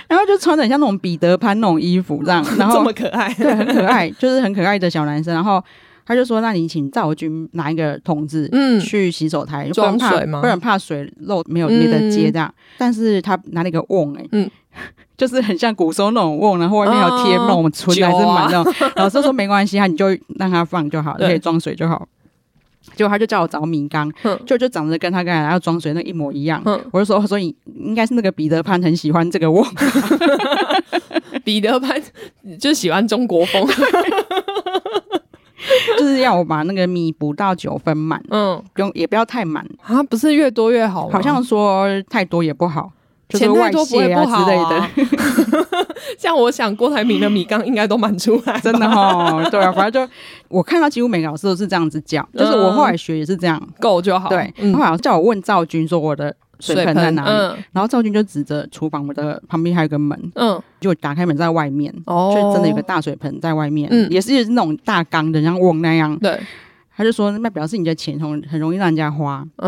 Speaker 2: 然后就穿的像那种彼得潘那种衣服这样，然
Speaker 1: 这
Speaker 2: 后
Speaker 1: 么可爱，
Speaker 2: 对，很可爱，就是很可爱的小男生。然后他就说：“那你请赵军拿一个桶子。
Speaker 1: 嗯
Speaker 2: 去洗手台，不
Speaker 1: 装
Speaker 2: 然怕
Speaker 1: 水吗
Speaker 2: 不然怕水漏没有没得接这样。但是他拿了一个瓮、哎，
Speaker 1: 嗯
Speaker 2: 就是很像古时候那种瓮，然后外面还有贴
Speaker 1: 哦
Speaker 2: 那种存的还是
Speaker 1: 酒啊
Speaker 2: 满 那种。 老师说没关系，他你就让他放就好，
Speaker 1: 对
Speaker 2: 可以装水就好。结果他就叫我找米缸
Speaker 1: 嗯，
Speaker 2: 就就长得跟他刚才要装水那一模一样。
Speaker 1: 嗯
Speaker 2: 我就说，所以应该是那个彼得潘很喜欢这个瓮，
Speaker 1: 彼得潘就喜欢中国风，
Speaker 2: 就是要我把那个米补到九分满，
Speaker 1: 嗯
Speaker 2: 不用也不要太满，
Speaker 1: 啊，不是越多越好吗，
Speaker 2: 好像说太多也不好，就是
Speaker 1: 钱
Speaker 2: 外
Speaker 1: 太多不会
Speaker 2: 泄啊
Speaker 1: 不好、
Speaker 2: 之类的。
Speaker 1: 之类的。像我想郭台铭的米缸应该都满出来，
Speaker 2: 真的哈、对啊，反正就我看到几乎每个老师都是这样子教，就是我后来学也是这样，
Speaker 1: 够嗯就好。
Speaker 2: 对，
Speaker 1: 嗯
Speaker 2: 后，来叫我问赵军说我的水盆在哪里，
Speaker 1: 嗯
Speaker 2: 然后赵军就指着厨房我的旁边还有一个门，
Speaker 1: 嗯，
Speaker 2: 就打开门在外面，
Speaker 1: 哦，
Speaker 2: 就真的有个大水盆在外面，
Speaker 1: 嗯
Speaker 2: 也是那种大缸的，像瓮那样，
Speaker 1: 对，
Speaker 2: 他就说那表示你的钱很很容易让人家花，
Speaker 1: 嗯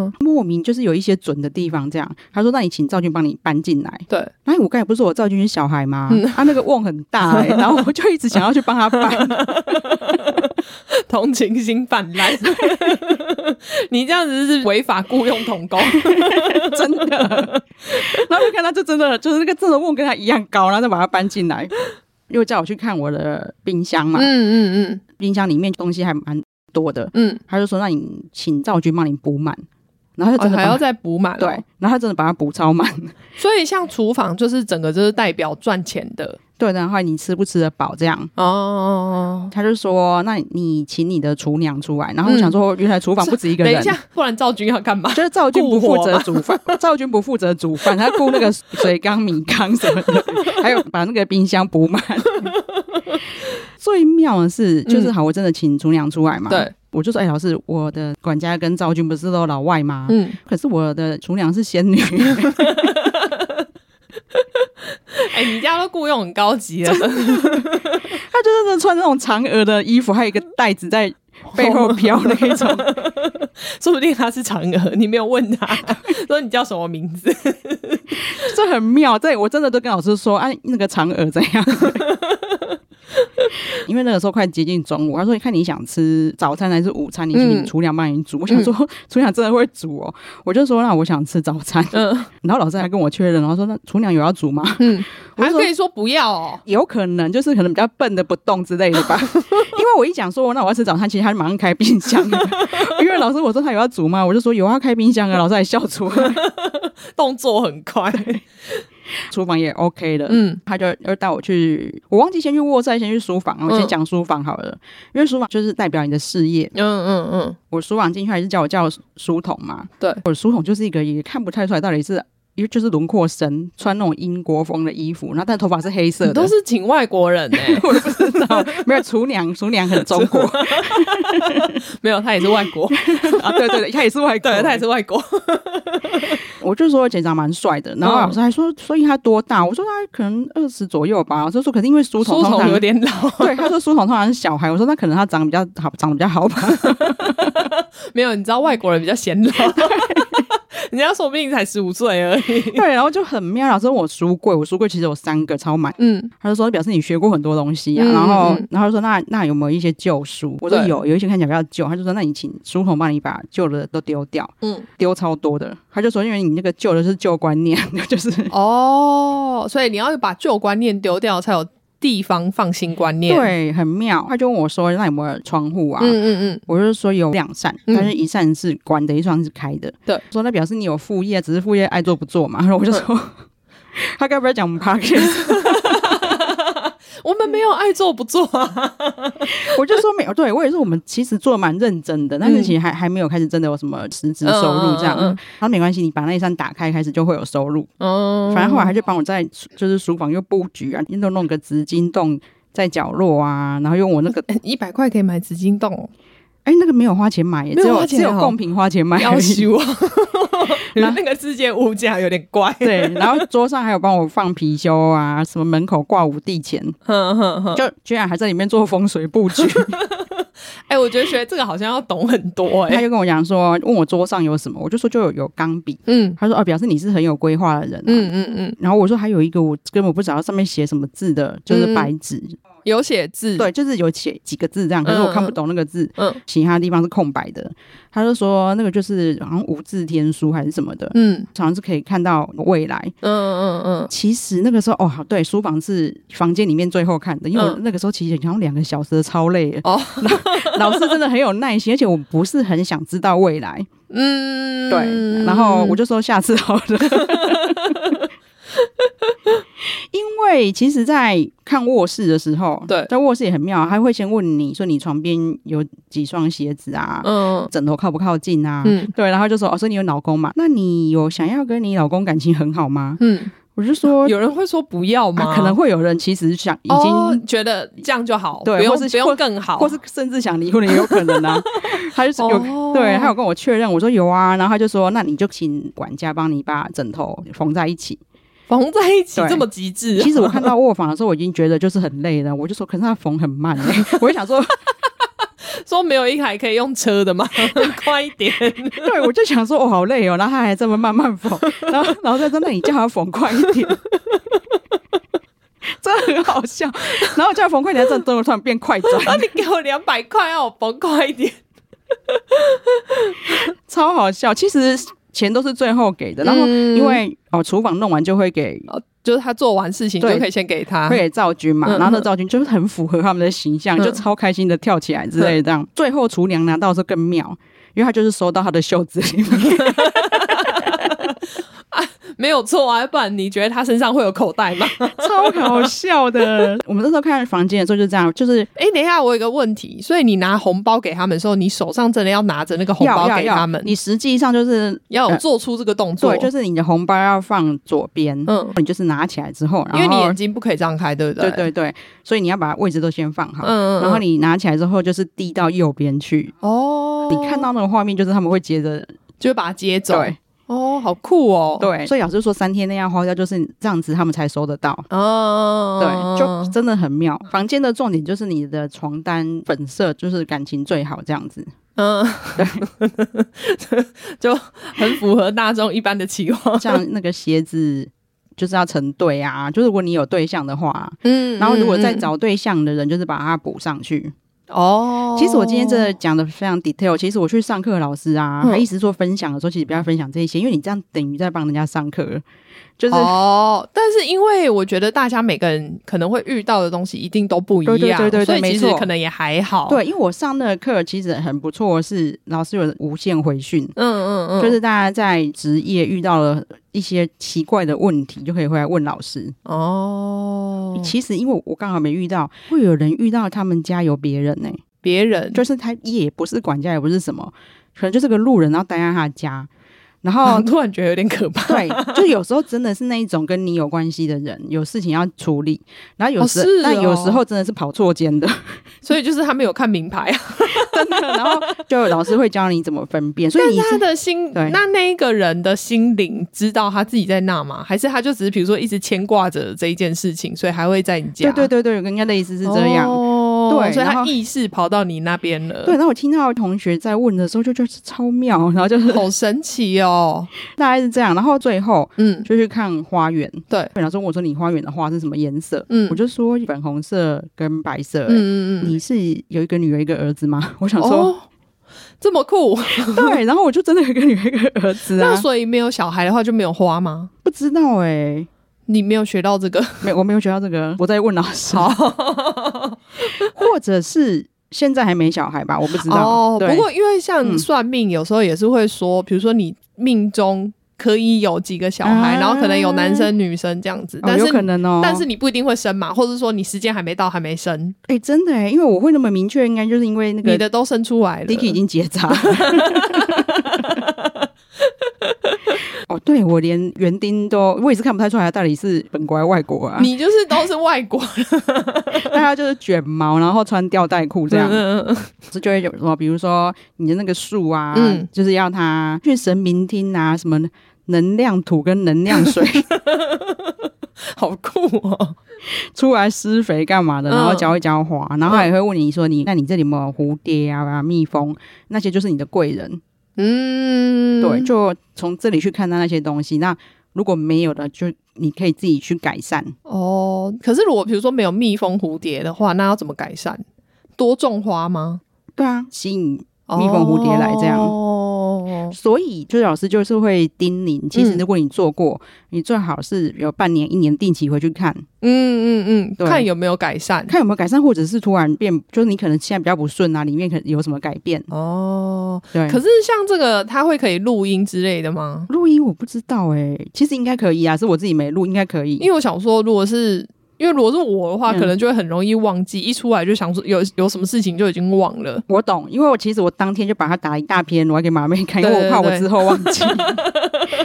Speaker 1: 嗯，
Speaker 2: 莫名就是有一些准的地方这样，他说那你请赵军帮你搬进来。
Speaker 1: 对，
Speaker 2: 哎，我刚才不是我赵军是小孩吗？
Speaker 1: 嗯
Speaker 2: 他、那个瓮很大、欸，然后我就一直想要去帮他搬，
Speaker 1: 同情心泛滥。 你这样子是违法雇佣童工，
Speaker 2: 真的。然后就看他，就真的就是那个真的瓮跟他一样高，然后再把它搬进来，又叫我去看我的冰箱嘛，
Speaker 1: 嗯嗯
Speaker 2: 冰箱里面东西还蛮多的，
Speaker 1: 嗯
Speaker 2: 他就说那你请赵军帮你补满，然后他
Speaker 1: 嗯，
Speaker 2: 就
Speaker 1: 哦
Speaker 2: 真的
Speaker 1: 还
Speaker 2: 把它、
Speaker 1: 要再补满、
Speaker 2: 对，，然后他真的把它补超满，
Speaker 1: 所以像厨房就是整个就是代表赚钱的
Speaker 2: 对，然后你吃不吃得饱这样。
Speaker 1: 哦。
Speaker 2: 他就说：“那你请你的厨娘出来。”然后我想说，原来厨房不止一个
Speaker 1: 嗯等
Speaker 2: 人。
Speaker 1: 一下，不然赵军要 干嘛？
Speaker 2: 就是赵军不
Speaker 1: 顾
Speaker 2: 负
Speaker 1: 火
Speaker 2: 责
Speaker 1: 吗
Speaker 2: 煮饭，赵军不负责煮饭，他顾那个水缸、米缸什么的，还有把那个冰箱补满。 最妙的是，就是好，我真的请厨娘出来嘛。
Speaker 1: 嗯对，
Speaker 2: 我就说，哎、老师，我的管家跟赵军不是都老外吗？
Speaker 1: 嗯，
Speaker 2: 可是我的厨娘是仙女，
Speaker 1: 哎、你家都雇佣很高级 了，
Speaker 2: 她就真的穿那种嫦娥的衣服，还有一个袋子在背后飘那一种。
Speaker 1: 说不定他是嫦娥，你没有问 他，说你叫什么名字？
Speaker 2: 这很妙，对我真的都跟老师说，哎、那个嫦娥怎样？ 因为那个时候快接近中午，他说：“你看你想吃早餐还是午餐？你请你
Speaker 1: 嗯
Speaker 2: 厨娘帮你煮。我想说，厨娘真的会煮哦。我就说：“那我想吃早餐。
Speaker 1: 嗯，
Speaker 2: 然后老师还跟我确认，然后说：“那厨娘有要煮吗？”
Speaker 1: 嗯，
Speaker 2: 我
Speaker 1: 还
Speaker 2: 就说
Speaker 1: 可以说不要哦。
Speaker 2: 有可能就是可能比较笨的不动之类的吧， 因为我一讲说那我要吃早餐，其实他就马上开冰箱了， 因为老师我说他有要煮吗？我就说有啊，开冰箱啊，老师还笑出来，
Speaker 1: 动作很快。
Speaker 2: 厨房也 OK 的，
Speaker 1: 嗯
Speaker 2: 他就又带我去，我忘记先去卧室，还是先去书房，我先讲书房好了，因为书房就是代表你的事业。
Speaker 1: 嗯嗯嗯，
Speaker 2: 我书房进去还是叫我叫书童嘛，
Speaker 1: 对，
Speaker 2: 我书童就是一个也看不太出来到底是。因为就是轮廓深，穿那种英国风的衣服，然后但头发是黑色
Speaker 1: 你
Speaker 2: 的，
Speaker 1: 都是请外国人呢、欸
Speaker 2: 我也不知道，没有厨娘，厨娘很中国
Speaker 1: 没有，他也是外国，
Speaker 2: 啊，对对对，他也是外国，
Speaker 1: 对他也是外 国，
Speaker 2: 我就说警长蛮帅的，然
Speaker 1: 嗯
Speaker 2: 后老师还说，所以他多大？我说他可能二十左右吧。老师说，可是因为书
Speaker 1: 书
Speaker 2: 童通
Speaker 1: 童有
Speaker 2: 常
Speaker 1: 点老，
Speaker 2: 对，他说书童通常是小孩。我说那可能他长得比较好，长得比较好吧。
Speaker 1: 没有，你知道外国人比较显老， 人家说不定才十五岁而已。
Speaker 2: 对，然后就很妙。老师问我书柜，我书柜其实有三个超满。
Speaker 1: 嗯，
Speaker 2: 他就说表示你学过很多东西啊，
Speaker 1: 嗯
Speaker 2: 然后
Speaker 1: 嗯
Speaker 2: 然后就说那那有没有一些旧书？我说
Speaker 1: 对
Speaker 2: 有，有一些看起来比较旧。他就说那你请书童帮你把旧的都丢掉，
Speaker 1: 嗯，
Speaker 2: 丢超多的。他就说因为你那个旧的是旧观念， 就是
Speaker 1: 哦，所以你要把旧观念丢掉，才有地方放新观念。，
Speaker 2: 对，很妙。他就问我说那有没有窗户啊？
Speaker 1: 嗯嗯嗯，
Speaker 2: 我就说有两扇，
Speaker 1: 嗯
Speaker 2: 但是一扇是关的，一扇是开的。
Speaker 1: 对，
Speaker 2: 说那表示你有副业，只是副业爱做不做嘛。然后我就说， 他该不会讲我们 p a r k
Speaker 1: 我们没有爱做不做啊。
Speaker 2: 我就说没有，对我也是，我们其实做得蛮认真的，但是其实还还没有开始真的有什么实质收入这样。
Speaker 1: 嗯嗯嗯嗯嗯
Speaker 2: 然后没关系，你把那一扇打开，开始就会有收入。
Speaker 1: 嗯
Speaker 2: 反正后来他就帮我在就是书房又布局啊，又弄个紫金洞。在角落啊，然后用我那个，
Speaker 1: 一百块可以买紫金洞哦，
Speaker 2: 哎、那个没有花钱买耶，
Speaker 1: 没有
Speaker 2: 只有
Speaker 1: 花钱
Speaker 2: 只有
Speaker 1: 哦
Speaker 2: 贡品花钱买而已，
Speaker 1: 要修 啊！你
Speaker 2: 那
Speaker 1: 那个世界物价有点怪，
Speaker 2: 对，然后桌上还有帮我放貔貅啊，什么门口挂五帝钱，
Speaker 1: 哼哼哼。
Speaker 2: 就居然还在里面做风水布局。
Speaker 1: 哎，我觉得学这个好像要懂很多
Speaker 2: 他
Speaker 1: 哎。
Speaker 2: 就跟我讲说，问我桌上有什么，我就说就有有钢笔。
Speaker 1: 嗯
Speaker 2: 他说哦，表示你是很有规划的人、啊。
Speaker 1: 嗯嗯嗯，
Speaker 2: 然后我说还有一个我根本不知道上面写什么字的，就是白纸，
Speaker 1: 有写字，
Speaker 2: 对，就是有写几个字这样，可是我看不懂那个字，
Speaker 1: 嗯嗯
Speaker 2: 其他地方是空白的。他就说那个就是好像无字天书还是什么的，
Speaker 1: 嗯
Speaker 2: 好像是可以看到未来。
Speaker 1: 嗯嗯嗯，
Speaker 2: 其实那个时候哦，好对，书房是房间里面最后看的，因为我
Speaker 1: 嗯
Speaker 2: 那个时候其实好像两个小时的超累了
Speaker 1: 哦
Speaker 2: 老，老师真的很有耐心，而且我不是很想知道未来，
Speaker 1: 嗯，
Speaker 2: 对，然后我就说下次好了。 因为其实，在看卧室的时候，
Speaker 1: 对
Speaker 2: 在卧室也很妙，啊他会先问你说你床边有几双鞋子啊，
Speaker 1: 嗯
Speaker 2: 枕头靠不靠近啊，
Speaker 1: 嗯
Speaker 2: 对，然后就说哦，所以你有老公嘛？那你有想要跟你老公感情很好吗？
Speaker 1: 嗯，
Speaker 2: 我就说
Speaker 1: 有人会说不要吗？
Speaker 2: 啊，可能会有人其实想已经，
Speaker 1: 哦觉得这样就好，
Speaker 2: 对
Speaker 1: 不用
Speaker 2: 或是
Speaker 1: 不用更好，
Speaker 2: 或是甚至想 离婚的也有可能啊。他就是有、
Speaker 1: 哦
Speaker 2: 对，他有跟我确认，我说有啊，然后他就说，那你就请管家帮你把枕头缝在一起。
Speaker 1: 缝在一起
Speaker 2: 对
Speaker 1: 这么极致 啊，
Speaker 2: 其实我看到卧房的时候，我已经觉得就是很累了，我就说，可是他缝很慢、 欸，我就想说，
Speaker 1: 说没有一台可以用车 的吗？快一点，
Speaker 2: 对，我就想说，哦，好累哦，然后他还这么慢慢缝，然后然后再说，那你叫他缝快一点。 真的很好笑，然后叫他缝快一点，他真的突然变快转，
Speaker 1: 那你给我两百块，让我缝快一点。
Speaker 2: 超好笑。其实钱都是最后给的，然后
Speaker 1: 嗯
Speaker 2: 因为、哦，厨房弄完就会给。
Speaker 1: 哦，就是他做完事情就
Speaker 2: 对
Speaker 1: 可以先给他
Speaker 2: 会。给赵军嘛，
Speaker 1: 嗯
Speaker 2: 然后那赵军就是很符合他们的形象，
Speaker 1: 嗯
Speaker 2: 就超开心的跳起来之类的。这样，最后厨娘拿到的时候更妙，因为他就是收到他的袖子里面，
Speaker 1: 没有错啊，不然你觉得他身上会有口袋吗？
Speaker 2: 超搞笑的。我们那时候看房间的时候就这样，就是
Speaker 1: 哎、等一下，我有一个问题，所以你拿红包给他们的时候，你手上真的要拿着那个红包
Speaker 2: 要
Speaker 1: 给
Speaker 2: 要
Speaker 1: 他
Speaker 2: 要
Speaker 1: 们，
Speaker 2: 你实际上就是
Speaker 1: 要有做出这个动作，
Speaker 2: 对，就是你的红包要放左边，
Speaker 1: 嗯，
Speaker 2: 你就是拿起来之后，然后
Speaker 1: 因为你眼睛不可以张开，对不
Speaker 2: 对对
Speaker 1: 对
Speaker 2: 对，所以你要把位置都先放好，
Speaker 1: 嗯嗯嗯
Speaker 2: 然后你拿起来之后就是递到右边去，
Speaker 1: 哦，
Speaker 2: 你看到那个画面，就是他们会接着
Speaker 1: 就会把它接走，
Speaker 2: 对
Speaker 1: 哦，好酷哦，
Speaker 2: 对，所以老师说三天内要花掉，就是这样子，他们才收得到。
Speaker 1: 哦，
Speaker 2: 对，
Speaker 1: 嗯
Speaker 2: 就真的很妙。房间的重点就是你的床单粉色，就是感情最好这样 子。
Speaker 1: 嗯， 就很符合大众一般的期望。
Speaker 2: 像那个鞋子就是要成对啊，就如果你有对象的话，
Speaker 1: 嗯
Speaker 2: 然后如果再
Speaker 1: 嗯
Speaker 2: 找对象的人，就是把它补上去。
Speaker 1: 嗯哦，
Speaker 2: 其实我今天真的讲的非常 detail。其实我去上课，老师啊，
Speaker 1: 嗯
Speaker 2: 他一直说分享的时候，其实不要分享这些，因为你这样等于在帮人家上课，就是。
Speaker 1: 哦，但是因为我觉得大家每个人可能会遇到的东西一定都不一样，
Speaker 2: 对对对对对
Speaker 1: 所以
Speaker 2: 没
Speaker 1: 其实
Speaker 2: 错
Speaker 1: 可能也还好。，
Speaker 2: 对，因为我上那个课其实很不错，是老师有无限回训，
Speaker 1: 嗯嗯嗯，
Speaker 2: 就是大家在职业遇到了一些奇怪的问题，就可以回来问老师。
Speaker 1: 哦，
Speaker 2: 其实因为我刚好没遇到，会有人遇到他们家有别人呢、
Speaker 1: 别人嗯
Speaker 2: 就是他也不是管家，也不是什么，可能就是个路人，然后待在他家。然
Speaker 1: 哦，
Speaker 2: 后
Speaker 1: 突然觉得有点可怕。
Speaker 2: 对，就有时候真的是那一种跟你有关系的人，有事情要处理，然后有
Speaker 1: 哦
Speaker 2: 时、
Speaker 1: 是
Speaker 2: 但有
Speaker 1: 哦
Speaker 2: 时候真的是跑错间的，
Speaker 1: 所以就是他没有看名牌啊，
Speaker 2: 真的。然后就老师会教你怎么分辨，所以
Speaker 1: 但
Speaker 2: 你
Speaker 1: 是他
Speaker 2: 是
Speaker 1: 的 心，
Speaker 2: 对
Speaker 1: 那那一个人的心灵知道他自己在那吗？还是他就只是比如说一直牵挂着这一件事情，所以还会在你家？
Speaker 2: 对对对对，应该类似是这样。
Speaker 1: 哦
Speaker 2: 对
Speaker 1: 所以
Speaker 2: 然后
Speaker 1: 他意识跑到你那边了，
Speaker 2: 对，，那我听到同学在问的时候，就觉得超妙， 然后就是
Speaker 1: 好神奇哦，
Speaker 2: 大概是这样，然后最后
Speaker 1: 嗯，
Speaker 2: 就去看花园。
Speaker 1: 对，
Speaker 2: 然后问我说：“你花园的花是什么颜色？”
Speaker 1: 嗯
Speaker 2: 我就说粉红色跟白色、欸
Speaker 1: 嗯嗯嗯，
Speaker 2: 你是有一个女儿一个儿子吗？ 我想说，
Speaker 1: 哦，这么酷，
Speaker 2: 对，然后我就真的有一个女儿一个儿子
Speaker 1: 那
Speaker 2: 啊，
Speaker 1: 所以没有小孩的话就没有花吗？
Speaker 2: 不知道哎、
Speaker 1: 你没有学到这个，
Speaker 2: 没我没有学到这个，我在问老师，
Speaker 1: 好
Speaker 2: 或者是现在还没小孩吧，我不知道。
Speaker 1: 哦。
Speaker 2: 对
Speaker 1: 不过因为
Speaker 2: 嗯
Speaker 1: 像算命，有时候也是会说，比如说你命中可以有几个小孩，
Speaker 2: 啊
Speaker 1: 然后可能有男生女生这样子，
Speaker 2: 哦、
Speaker 1: 但
Speaker 2: 有
Speaker 1: 是
Speaker 2: 可能哦，
Speaker 1: 但是你不一定会生嘛，或者说你时间还没到，还没生，
Speaker 2: 哎、真的哎、因为我会那么明确，应该就是因为那
Speaker 1: 你
Speaker 2: 个
Speaker 1: 的都生出来了。
Speaker 2: Dicky 已经结 扎。哦，对，我连园丁都，我也是看不太出来他到底是本国还是外国啊。
Speaker 1: 你就是都是外国
Speaker 2: 大家就是卷毛，然后穿吊带 裤这样，
Speaker 1: 嗯嗯 嗯
Speaker 2: 是就会有什么，比如说你的那个树啊，
Speaker 1: 嗯
Speaker 2: 就是要它去神明厅啊，什么能量土跟能量 水
Speaker 1: 好酷哦！
Speaker 2: 出来施肥干嘛的，
Speaker 1: 嗯
Speaker 2: 然后浇一浇花，然后他也会问你说你，那你这里有没有蝴蝶啊、蜜蜂那些，就是你的贵人，
Speaker 1: 嗯，
Speaker 2: 对，就从这里去看到那些东西。那如果没有的，就你可以自己去改善。
Speaker 1: 哦。可是如果比如说没有蜜蜂、蝴蝶的话，那要怎么改善？多种花吗？
Speaker 2: 对啊，吸引蜜蜂蝴蝶来这样
Speaker 1: 哦，
Speaker 2: 所以就是老师就是会叮咛，其实
Speaker 1: 嗯
Speaker 2: 如果你做过，你最好是有半年、一年定期回去看，
Speaker 1: 嗯嗯
Speaker 2: 对
Speaker 1: 嗯，看有没有改善。
Speaker 2: 看有没有改善，或者是突然变，就是你可能现在比较不顺啊，里面可能有什么改变。
Speaker 1: 哦，
Speaker 2: 对，
Speaker 1: 可是像这个，它会可以录音之类的吗？
Speaker 2: 录音我不知道哎、其实应该可以啊，是我自己没录，应该可以。
Speaker 1: 因为我想说，如果是因为如果是我的话，
Speaker 2: 嗯
Speaker 1: 可能就会很容易忘记，一出来就想说有有什么事情就已经忘了。
Speaker 2: 我懂，因为我其实我当天就把它打一大篇，我要给马妹看，因为
Speaker 1: 对
Speaker 2: 我
Speaker 1: 对
Speaker 2: 怕我
Speaker 1: 对
Speaker 2: 之后忘 记，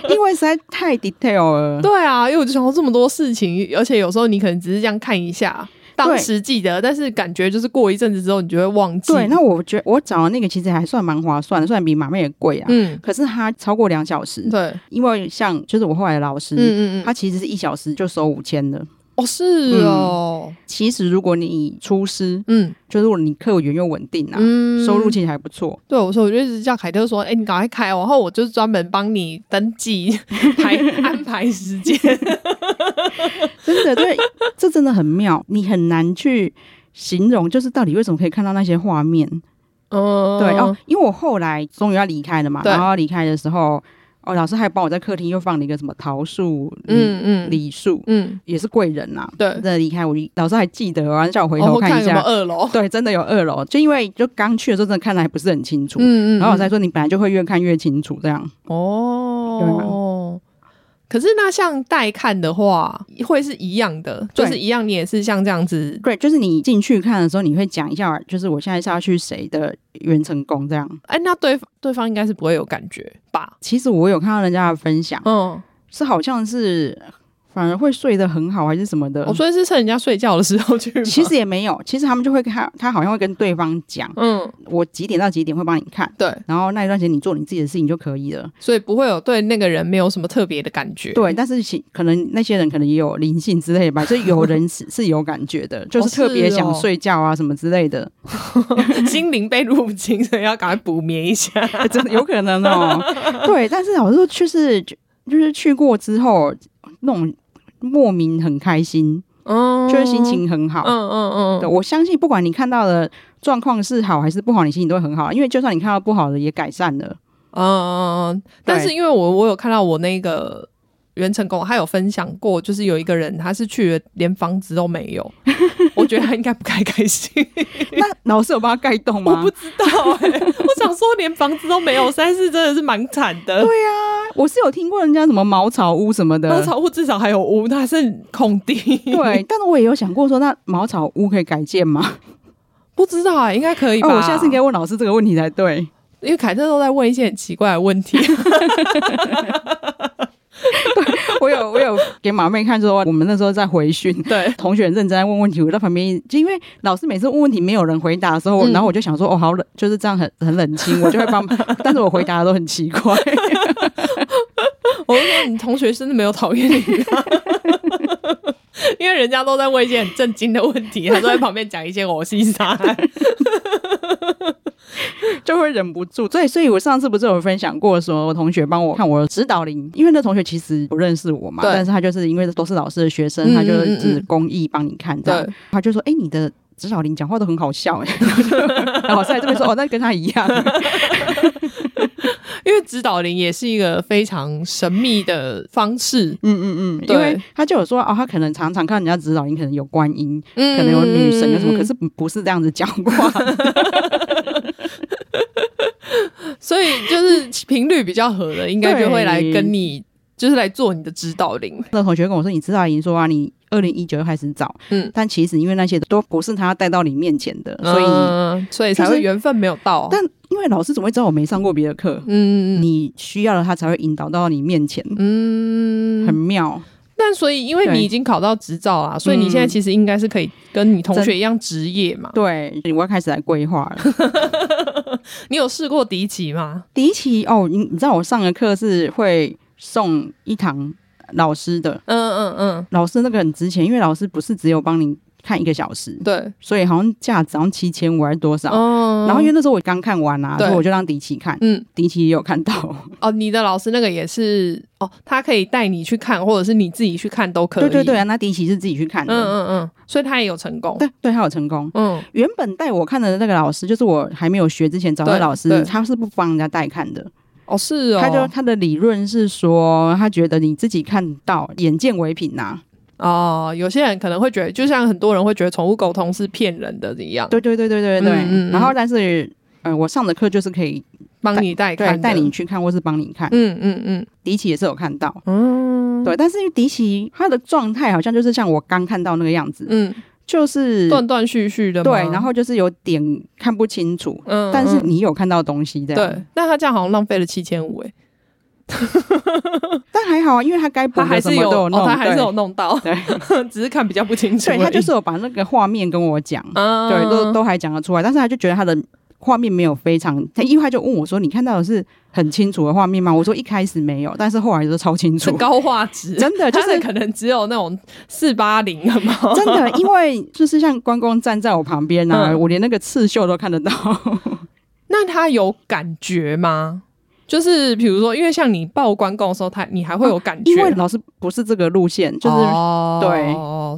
Speaker 2: 因为实在太 detail 了。
Speaker 1: 对啊，因为我就想到这么多事情，而且有时候你可能只是这样看一下，当时记得，但是感觉就是过一阵子之后，你就会忘记。
Speaker 2: 对，那我觉得我找的那个其实还算蛮划算的，虽然比马妹也贵啊，
Speaker 1: 嗯，
Speaker 2: 可是它超过两小时，
Speaker 1: 对，
Speaker 2: 因为像就是我后来的老师，
Speaker 1: 嗯嗯嗯，
Speaker 2: 他其实是一小时就收五千的。
Speaker 1: 哦是哦，
Speaker 2: 其实如果你出师，
Speaker 1: 嗯
Speaker 2: 就是如果你客源又稳定啊，
Speaker 1: 嗯，
Speaker 2: 收入其实还不错。
Speaker 1: 对我说，我就一直叫凯特说，哎、你赶快开哦，然后我就专门帮你登记 排安排时间。嗯
Speaker 2: 真的， 对，这真的很妙，你很难去形容，就是到底为什么可以看到那些画面。
Speaker 1: 嗯，
Speaker 2: 对哦，，因为我后来终于要离开了嘛，
Speaker 1: 对
Speaker 2: 然后离开的时候，哦，老师还帮我在客厅又放了一个什么桃树、嗯，
Speaker 1: 嗯嗯
Speaker 2: 梨树，
Speaker 1: 嗯，
Speaker 2: 也是贵人呐、啊。
Speaker 1: 对
Speaker 2: 真的离开我，老师还记得哦，然后叫我回
Speaker 1: 然后
Speaker 2: 头
Speaker 1: 看
Speaker 2: 一
Speaker 1: 有没
Speaker 2: 下。
Speaker 1: 有二楼。
Speaker 2: 对，真的有二楼，就因为就刚去的时候，真的看的还不是很清楚。
Speaker 1: 嗯嗯，
Speaker 2: 然后我才
Speaker 1: 嗯
Speaker 2: 说你本来就会越看越清楚这样。
Speaker 1: 哦。可是那像带看的话，会是一样的，就
Speaker 2: 对
Speaker 1: 是一样，你也是像这样子
Speaker 2: 对，就是你进去看的时候，你会讲一下，就是我现在是要去谁的元成功这样。
Speaker 1: 哎，那对对方应该是不会有感觉吧？
Speaker 2: 其实我有看到人家的分享，
Speaker 1: 嗯，
Speaker 2: 是好像是反而会睡得很好还是什么的
Speaker 1: 我。哦所以是趁人家睡觉的时候去吗。
Speaker 2: 其，实也没有，其实他们就会跟他，他好像会跟对方讲，
Speaker 1: 嗯，
Speaker 2: 我几点到几点会帮你看，
Speaker 1: 对，
Speaker 2: 然后那一段时间你做你自己的事情就可以了。
Speaker 1: 所以不会有对那个人没有什么特别的感觉。
Speaker 2: 对，但是其可能那些人可能也有灵性之类的吧，所以有人是是有感觉的，就是特别
Speaker 1: 是
Speaker 2: 想
Speaker 1: 哦
Speaker 2: 睡觉啊什么之类 的。
Speaker 1: 心灵被入侵，所以要赶快补眠一下。
Speaker 2: 欸真的有可能哦。对，但是老实说，就是就就是去过之后，那种莫名很开心，
Speaker 1: 嗯
Speaker 2: 就是心，情很好。
Speaker 1: 嗯嗯
Speaker 2: 对，
Speaker 1: 嗯，
Speaker 2: 我相信不管你看到的状况是好还是不好，你心情都会很好，因为就算你看到不好的也改善了。
Speaker 1: 嗯嗯嗯。但是因为我我有看到我那个袁成功，他有分享过，就是有一个人他是去了连房子都没有，我觉得他应该不太开心。
Speaker 2: 那老师有帮他 盖动
Speaker 1: 我
Speaker 2: 吗？
Speaker 1: 不知道哎、我想说连房子都没有，实在是真的是蛮惨的。对
Speaker 2: 啊我是有听过人家什么茅草屋什么的。
Speaker 1: 茅草屋至少还有屋，它还是空地。
Speaker 2: 对，但是我也有想过说，那茅草屋可以改建吗？ 哦
Speaker 1: 不知道啊、应该可以吧？
Speaker 2: 哦，我下次应该问老师这个问题才对。
Speaker 1: 因为凯特都在问一些很奇怪的问题。
Speaker 2: 我有我有给马妹看说，我们那时候在回训，
Speaker 1: 对，
Speaker 2: 同学很认真在问问题，我在旁边就因为老师每次问问题没有人回答的时候，
Speaker 1: 嗯
Speaker 2: 然后我就想说哦好冷，就是这样很很冷清，我就会 帮，但是我回答的都很奇怪。
Speaker 1: 我就说你同学真的没有讨厌你吗？ 因为人家都在问一些很震惊的问题，他都在旁边讲一些我心啥。
Speaker 2: 就会忍不住。对，所以我上次不是有分享过，说我同学帮我看我指导铃，因为那同学其实不认识我嘛，
Speaker 1: 对
Speaker 2: 但是他就是因为都是老师的学
Speaker 1: 嗯
Speaker 2: 生，他就
Speaker 1: 嗯嗯
Speaker 2: 是只公益帮你看这样，
Speaker 1: 对
Speaker 2: 他就说：“哎、你的。”指导铃讲话都很好笑哎、然后老师还这边说哦，那跟他一样，
Speaker 1: 因为指导灵也是一个非常神秘的方式，
Speaker 2: 嗯嗯嗯，
Speaker 1: 对
Speaker 2: 因为他就有说哦，他可能常常看人家指导铃可能有观音，
Speaker 1: 嗯
Speaker 2: 可能有女神啊有什么，可
Speaker 1: 是
Speaker 2: 是不不是这样子讲话，
Speaker 1: 嗯所以就是频率比较合的，应该就会来跟你，就是来做你的指导灵。
Speaker 2: 那同学跟我说，你知道已经说啊，你二零一九开始找，
Speaker 1: 嗯
Speaker 2: 嗯，但其实因为那些都不是他带到你面前的，所以、
Speaker 1: 嗯所以才
Speaker 2: 就
Speaker 1: 会
Speaker 2: 是
Speaker 1: 缘分没有到。
Speaker 2: 但因为老师怎么会知道我没上过别的课？
Speaker 1: 嗯嗯
Speaker 2: 你需要了，他才会引导到你面前，
Speaker 1: 嗯
Speaker 2: 很
Speaker 1: 嗯，
Speaker 2: 妙。
Speaker 1: 但所以因为
Speaker 2: 对嗯
Speaker 1: 你已经考到执照啦，所以你现在其实应该是可以跟你同学一样职业嘛。
Speaker 2: 对，我要开始来规划了。
Speaker 1: 你有试过迪奇吗？
Speaker 2: 第一期哦，你你知道我上的课是会送一堂老师的，
Speaker 1: 嗯嗯
Speaker 2: 老师那个很值钱，因为老师不是只有帮你看一个小时
Speaker 1: 嗯，，对，
Speaker 2: 所以好像价值好像七千五还是多少。
Speaker 1: 哦
Speaker 2: 然后因为那时候我刚看完啊，
Speaker 1: 对
Speaker 2: 所以我就让迪奇看，
Speaker 1: 嗯
Speaker 2: 迪奇也有看到。
Speaker 1: 哦，你的老师那个也是哦，他可以带你去看，或者是你自己去看都可
Speaker 2: 对
Speaker 1: 以。
Speaker 2: 对对啊，那迪奇是自己去看
Speaker 1: 嗯
Speaker 2: 的，
Speaker 1: 嗯嗯，所以他也有成功。
Speaker 2: 对对，他有成功。
Speaker 1: 嗯
Speaker 2: 原本带我看的那个老师，就是我还没有学之前找的
Speaker 1: 对
Speaker 2: 老
Speaker 1: 对
Speaker 2: 师，他是不帮人家带看的。
Speaker 1: 哦是哦，
Speaker 2: 他就他的理论是说，他觉得你自己看到，眼见为凭呐、啊
Speaker 1: 哦，有些人可能会觉得，就像很多人会觉得宠物沟通是骗人的一样，
Speaker 2: 对对对对对对。
Speaker 1: 嗯嗯嗯
Speaker 2: 然后，但是，呃，我上的课就是可以
Speaker 1: 帮你带
Speaker 2: 对
Speaker 1: 看，
Speaker 2: 带你。去看，或是帮你看。
Speaker 1: 嗯嗯嗯
Speaker 2: 迪奇也是有看到，
Speaker 1: 嗯，
Speaker 2: 对。但是因为迪奇他的状态好像就是像我刚看到那个样子，
Speaker 1: 嗯，
Speaker 2: 就是
Speaker 1: 断断续续的吗，
Speaker 2: 对，然后就是有点看不清楚，
Speaker 1: 嗯，
Speaker 2: 但是
Speaker 1: 嗯
Speaker 2: 你有看到东西这样。
Speaker 1: 对，那他这样好像浪费了七千五哎，
Speaker 2: 但还好啊，因为他该补
Speaker 1: 他还
Speaker 2: 的什
Speaker 1: 是
Speaker 2: 么
Speaker 1: 有，
Speaker 2: 都弄，
Speaker 1: 哦，他还是
Speaker 2: 对
Speaker 1: 有弄到，
Speaker 2: 对
Speaker 1: 只是看比较不清楚而
Speaker 2: 对，
Speaker 1: 已，
Speaker 2: 他就是有把那个画面跟我讲，
Speaker 1: 啊，
Speaker 2: 对，都都还讲得出来，但是他就觉得他的画面没有非常，他因为他就问我说：“你看到的是很清楚的画面吗？”我说：“一开始没有，但是后来就超清
Speaker 1: 是
Speaker 2: 楚，
Speaker 1: 高画质，
Speaker 2: 真的就
Speaker 1: 他
Speaker 2: 是
Speaker 1: 的可能只有那种四八零有没有？
Speaker 2: 真的，因为就是像关公站在我旁边啊，
Speaker 1: 嗯
Speaker 2: 我连那个刺绣都看 得到。
Speaker 1: 那他有感觉吗？就是比如说，因为像你抱关公的时候，他你还会有感觉
Speaker 2: 因
Speaker 1: 吗，
Speaker 2: 为老师不是这个路线，就是、
Speaker 1: 哦
Speaker 2: 对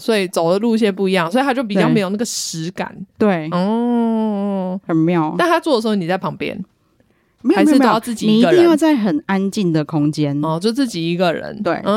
Speaker 1: 所以走的路线不一样，所以他就比较
Speaker 2: 对
Speaker 1: 没有那个实感
Speaker 2: 对，
Speaker 1: 哦。
Speaker 2: 很妙。
Speaker 1: 嗯但他做的时候你在旁边
Speaker 2: 没有
Speaker 1: 还
Speaker 2: 没
Speaker 1: 是
Speaker 2: 有没
Speaker 1: 都要
Speaker 2: 有
Speaker 1: 自，己
Speaker 2: 你
Speaker 1: 一
Speaker 2: 一
Speaker 1: 个人
Speaker 2: 定要在很安静的空间。
Speaker 1: 哦，就自己一个人。
Speaker 2: 对
Speaker 1: 哦哦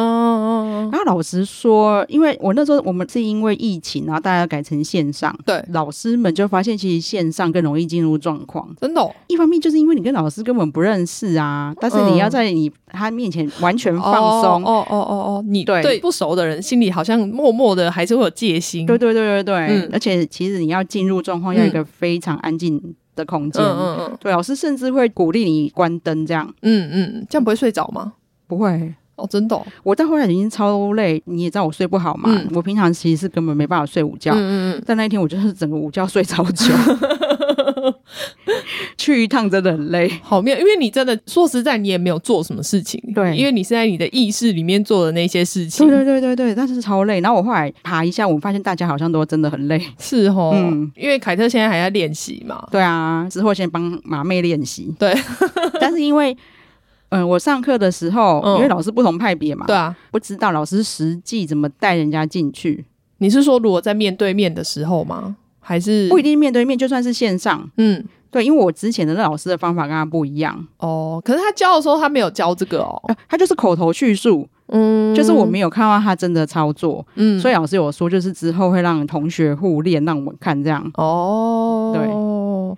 Speaker 1: 哦，
Speaker 2: 然后老师说，因为我那时候我们是因为疫情，然后大家改成线上，
Speaker 1: 对，
Speaker 2: 老师们就发现其实线上更容易进入状况。
Speaker 1: 真的哦
Speaker 2: 一方面就是因为你跟老师根本不认识啊，但是
Speaker 1: 嗯
Speaker 2: 你要在你、他面前完全放松。
Speaker 1: 哦哦哦哦哦，你
Speaker 2: 对
Speaker 1: 对不熟的人心里好像默默的还是会有戒心。
Speaker 2: 对对对对对，
Speaker 1: 嗯
Speaker 2: 而且其实你要进入状况，要一个非常安静的空间。
Speaker 1: 嗯嗯嗯
Speaker 2: 对，老师甚至会鼓励你关灯，这样
Speaker 1: 嗯嗯，这样不会睡着吗？
Speaker 2: 不会。
Speaker 1: 哦，真的哦，
Speaker 2: 我到后来已经超累，你也知道我睡不好嘛，
Speaker 1: 嗯
Speaker 2: 我平常其实是根本没办法睡午觉。
Speaker 1: 嗯嗯
Speaker 2: 但那一天我就是整个午觉睡超 久，去一趟真的很累。
Speaker 1: 嗯，好妙，因为你真的说实在，你也没有做什么事情，
Speaker 2: 对
Speaker 1: 因为你是在你的意识里面做的那些事情
Speaker 2: 对，对对对对，但是超累。然后我后来爬一下，我发现大家好像都真的很累。
Speaker 1: 是哦，
Speaker 2: 嗯
Speaker 1: 因为凯特现在还在练习嘛，
Speaker 2: 对啊，之后先帮马妹练习。
Speaker 1: 对，
Speaker 2: 但是因为，嗯、我上课的时候，
Speaker 1: 嗯
Speaker 2: 因为老师不同派别嘛，
Speaker 1: 对，啊，
Speaker 2: 不知道老师实际怎么带人家进去，
Speaker 1: 你是说如果在面对面的时候吗？还是
Speaker 2: 不一定面对面，就算是线上，
Speaker 1: 嗯
Speaker 2: 对，因为我之前的那老师的方法跟他不一样，
Speaker 1: 哦？可是他教的时候他没有教这个哦，
Speaker 2: 呃他就是口头叙述，
Speaker 1: 嗯
Speaker 2: 就是我没有看到他真的操作，
Speaker 1: 嗯
Speaker 2: 所以老师有说，就是之后会让同学互练，让我们看这样。
Speaker 1: 哦，对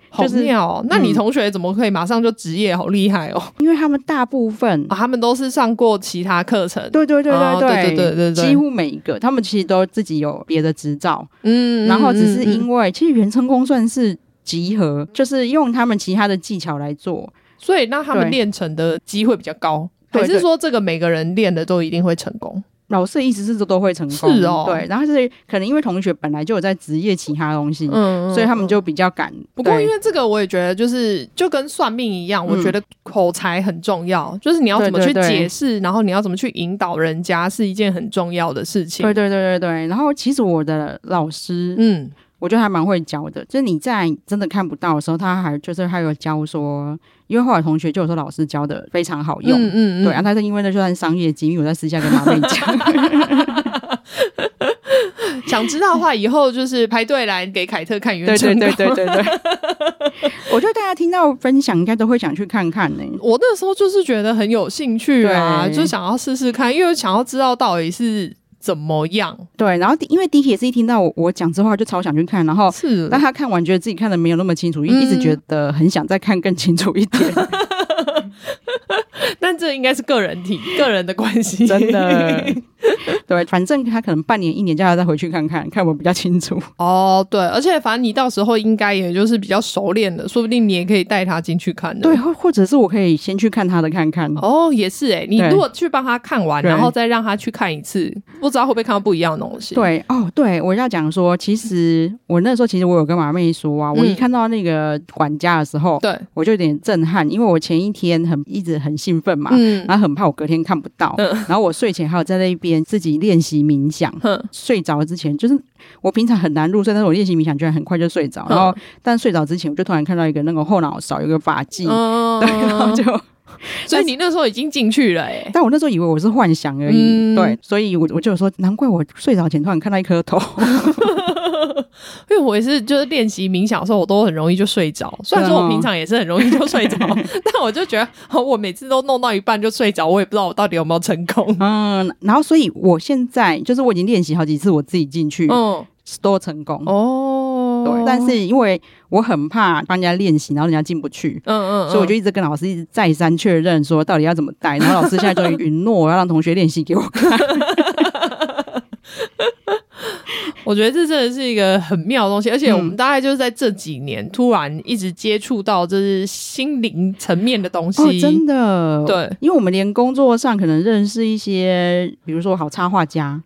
Speaker 1: 好
Speaker 2: 就是
Speaker 1: 妙哦、那你
Speaker 2: 嗯
Speaker 1: 同学怎么可以马上就职业？好厉害哦！
Speaker 2: 因为他们大部分，
Speaker 1: 啊，他们都是上过其他课程，
Speaker 2: 对对对
Speaker 1: 哦
Speaker 2: 对
Speaker 1: 对对对对对
Speaker 2: 几乎每一个，他们其实都自己有别的执照，
Speaker 1: 嗯，嗯
Speaker 2: 然后只是
Speaker 1: 嗯嗯
Speaker 2: 因为，其实原成功算是集合，就是用他们其他的技巧来做。
Speaker 1: 所以那他们
Speaker 2: 对
Speaker 1: 练成的机会比较高，
Speaker 2: 对
Speaker 1: 还是
Speaker 2: 对
Speaker 1: 说这个每个人练的都一定会成功？
Speaker 2: 老师的意思是这都会成功，
Speaker 1: 是哦
Speaker 2: 对。然后是可能因为同学本来就有在职业其他东西，
Speaker 1: 嗯，嗯
Speaker 2: 所以他们就比较敢。
Speaker 1: 不过，
Speaker 2: 对
Speaker 1: 因为这个我也觉得，就是就跟算命一样，我
Speaker 2: 嗯
Speaker 1: 觉得口才很重要，就是你要怎么去
Speaker 2: 对对对
Speaker 1: 解释，然后你要怎么去引导人家，是一件很重要的事情
Speaker 2: 对。对对对对。然后其实我的老师，
Speaker 1: 嗯，
Speaker 2: 我觉得还蛮会教的，就是你在真的看不到的时候，他还就是还有教说，因为后来同学就有说老师教的非常好用。
Speaker 1: 嗯嗯嗯，
Speaker 2: 对啊，但是因为那就算商业机密，我在私下跟马妹讲。
Speaker 1: 想知道的话，以后就是排队来给凯特看 原
Speaker 2: 对
Speaker 1: 声
Speaker 2: 对
Speaker 1: 稿。
Speaker 2: 对对对对， 我觉得大家听到分享应该都会想去看看呢、
Speaker 1: 我那时候就是觉得很有兴趣啊，
Speaker 2: 对
Speaker 1: 就想要试试看，因为想要知道到底是怎么样。
Speaker 2: 对，然后第因为 Dicky 也是一听到我我讲之后，他就超想去看，然后
Speaker 1: 是
Speaker 2: 但他看完觉得自己看的没有那么清楚，一、一直
Speaker 1: 嗯
Speaker 2: 觉得很想再看更清楚一 点，
Speaker 1: 但这应该是个人体、个人的关系，
Speaker 2: 真 的。对，反正他可能半年一年叫他再回去看看，看我比较清楚。
Speaker 1: 哦，对，而且反正你到时候应该也就是比较熟练的，说不定你也可以带他进去看的。
Speaker 2: 对，，或或者是我可以先去看他的看看。
Speaker 1: 哦，也是哎、你
Speaker 2: 对
Speaker 1: 如果去帮他看完，
Speaker 2: 对
Speaker 1: 然后再让他去看一次，不知道会不会看到不一样的东西。，
Speaker 2: 对哦，对，我要讲说，其实我那时候其实我有跟马妹说啊，我一
Speaker 1: 嗯
Speaker 2: 看到那个管家的时候，
Speaker 1: 对，
Speaker 2: 我就有点震撼，因为我前一天很一直很兴奋嘛，
Speaker 1: 嗯，
Speaker 2: 然后很怕我隔天看不到，然后我睡前还有在那边自己练习冥想。
Speaker 1: 哼，
Speaker 2: 睡着之前，就是我平常很难入睡，但是我练习冥想居然很快就睡
Speaker 1: 嗯
Speaker 2: 着。然后，但睡着之前，我就突然看到一个那个后脑勺有个发髻，
Speaker 1: 哦
Speaker 2: 对， 然后
Speaker 1: 嗯，
Speaker 2: 就，
Speaker 1: 所以你那时候已经进去了哎、
Speaker 2: 但我那时候以为我是幻想而已，
Speaker 1: 嗯
Speaker 2: 对，所以我我就说，难怪我睡着前突然看到一颗 头，
Speaker 1: 因为我也是就是练习冥想的时候，我都很容易就睡着。虽然说我平常也是很容易就 睡着，但我就觉得、哦我每次都弄到一半就睡着，我也不知道我到底有没有成功。
Speaker 2: 嗯，然后所以我现在就是我已经练习好几次，我自己进去、
Speaker 1: 嗯，
Speaker 2: 都成功，
Speaker 1: 哦，
Speaker 2: 对，但是因为我很怕帮人家练习，然后人家进不去，
Speaker 1: 嗯嗯，嗯
Speaker 2: 所以我就一直跟老师一直再三确认说到底要怎么带，然后老师现在终于允诺我要让同学练习给我 看。
Speaker 1: 我觉得这真的是一个很妙的东西，而且
Speaker 2: 嗯
Speaker 1: 我们大概就是在这几年突然一直接触到就是心灵层面的东 西，
Speaker 2: 哦，真的，，
Speaker 1: 对
Speaker 2: 因为我们连工作上可能认识一些，比如说好插画 家，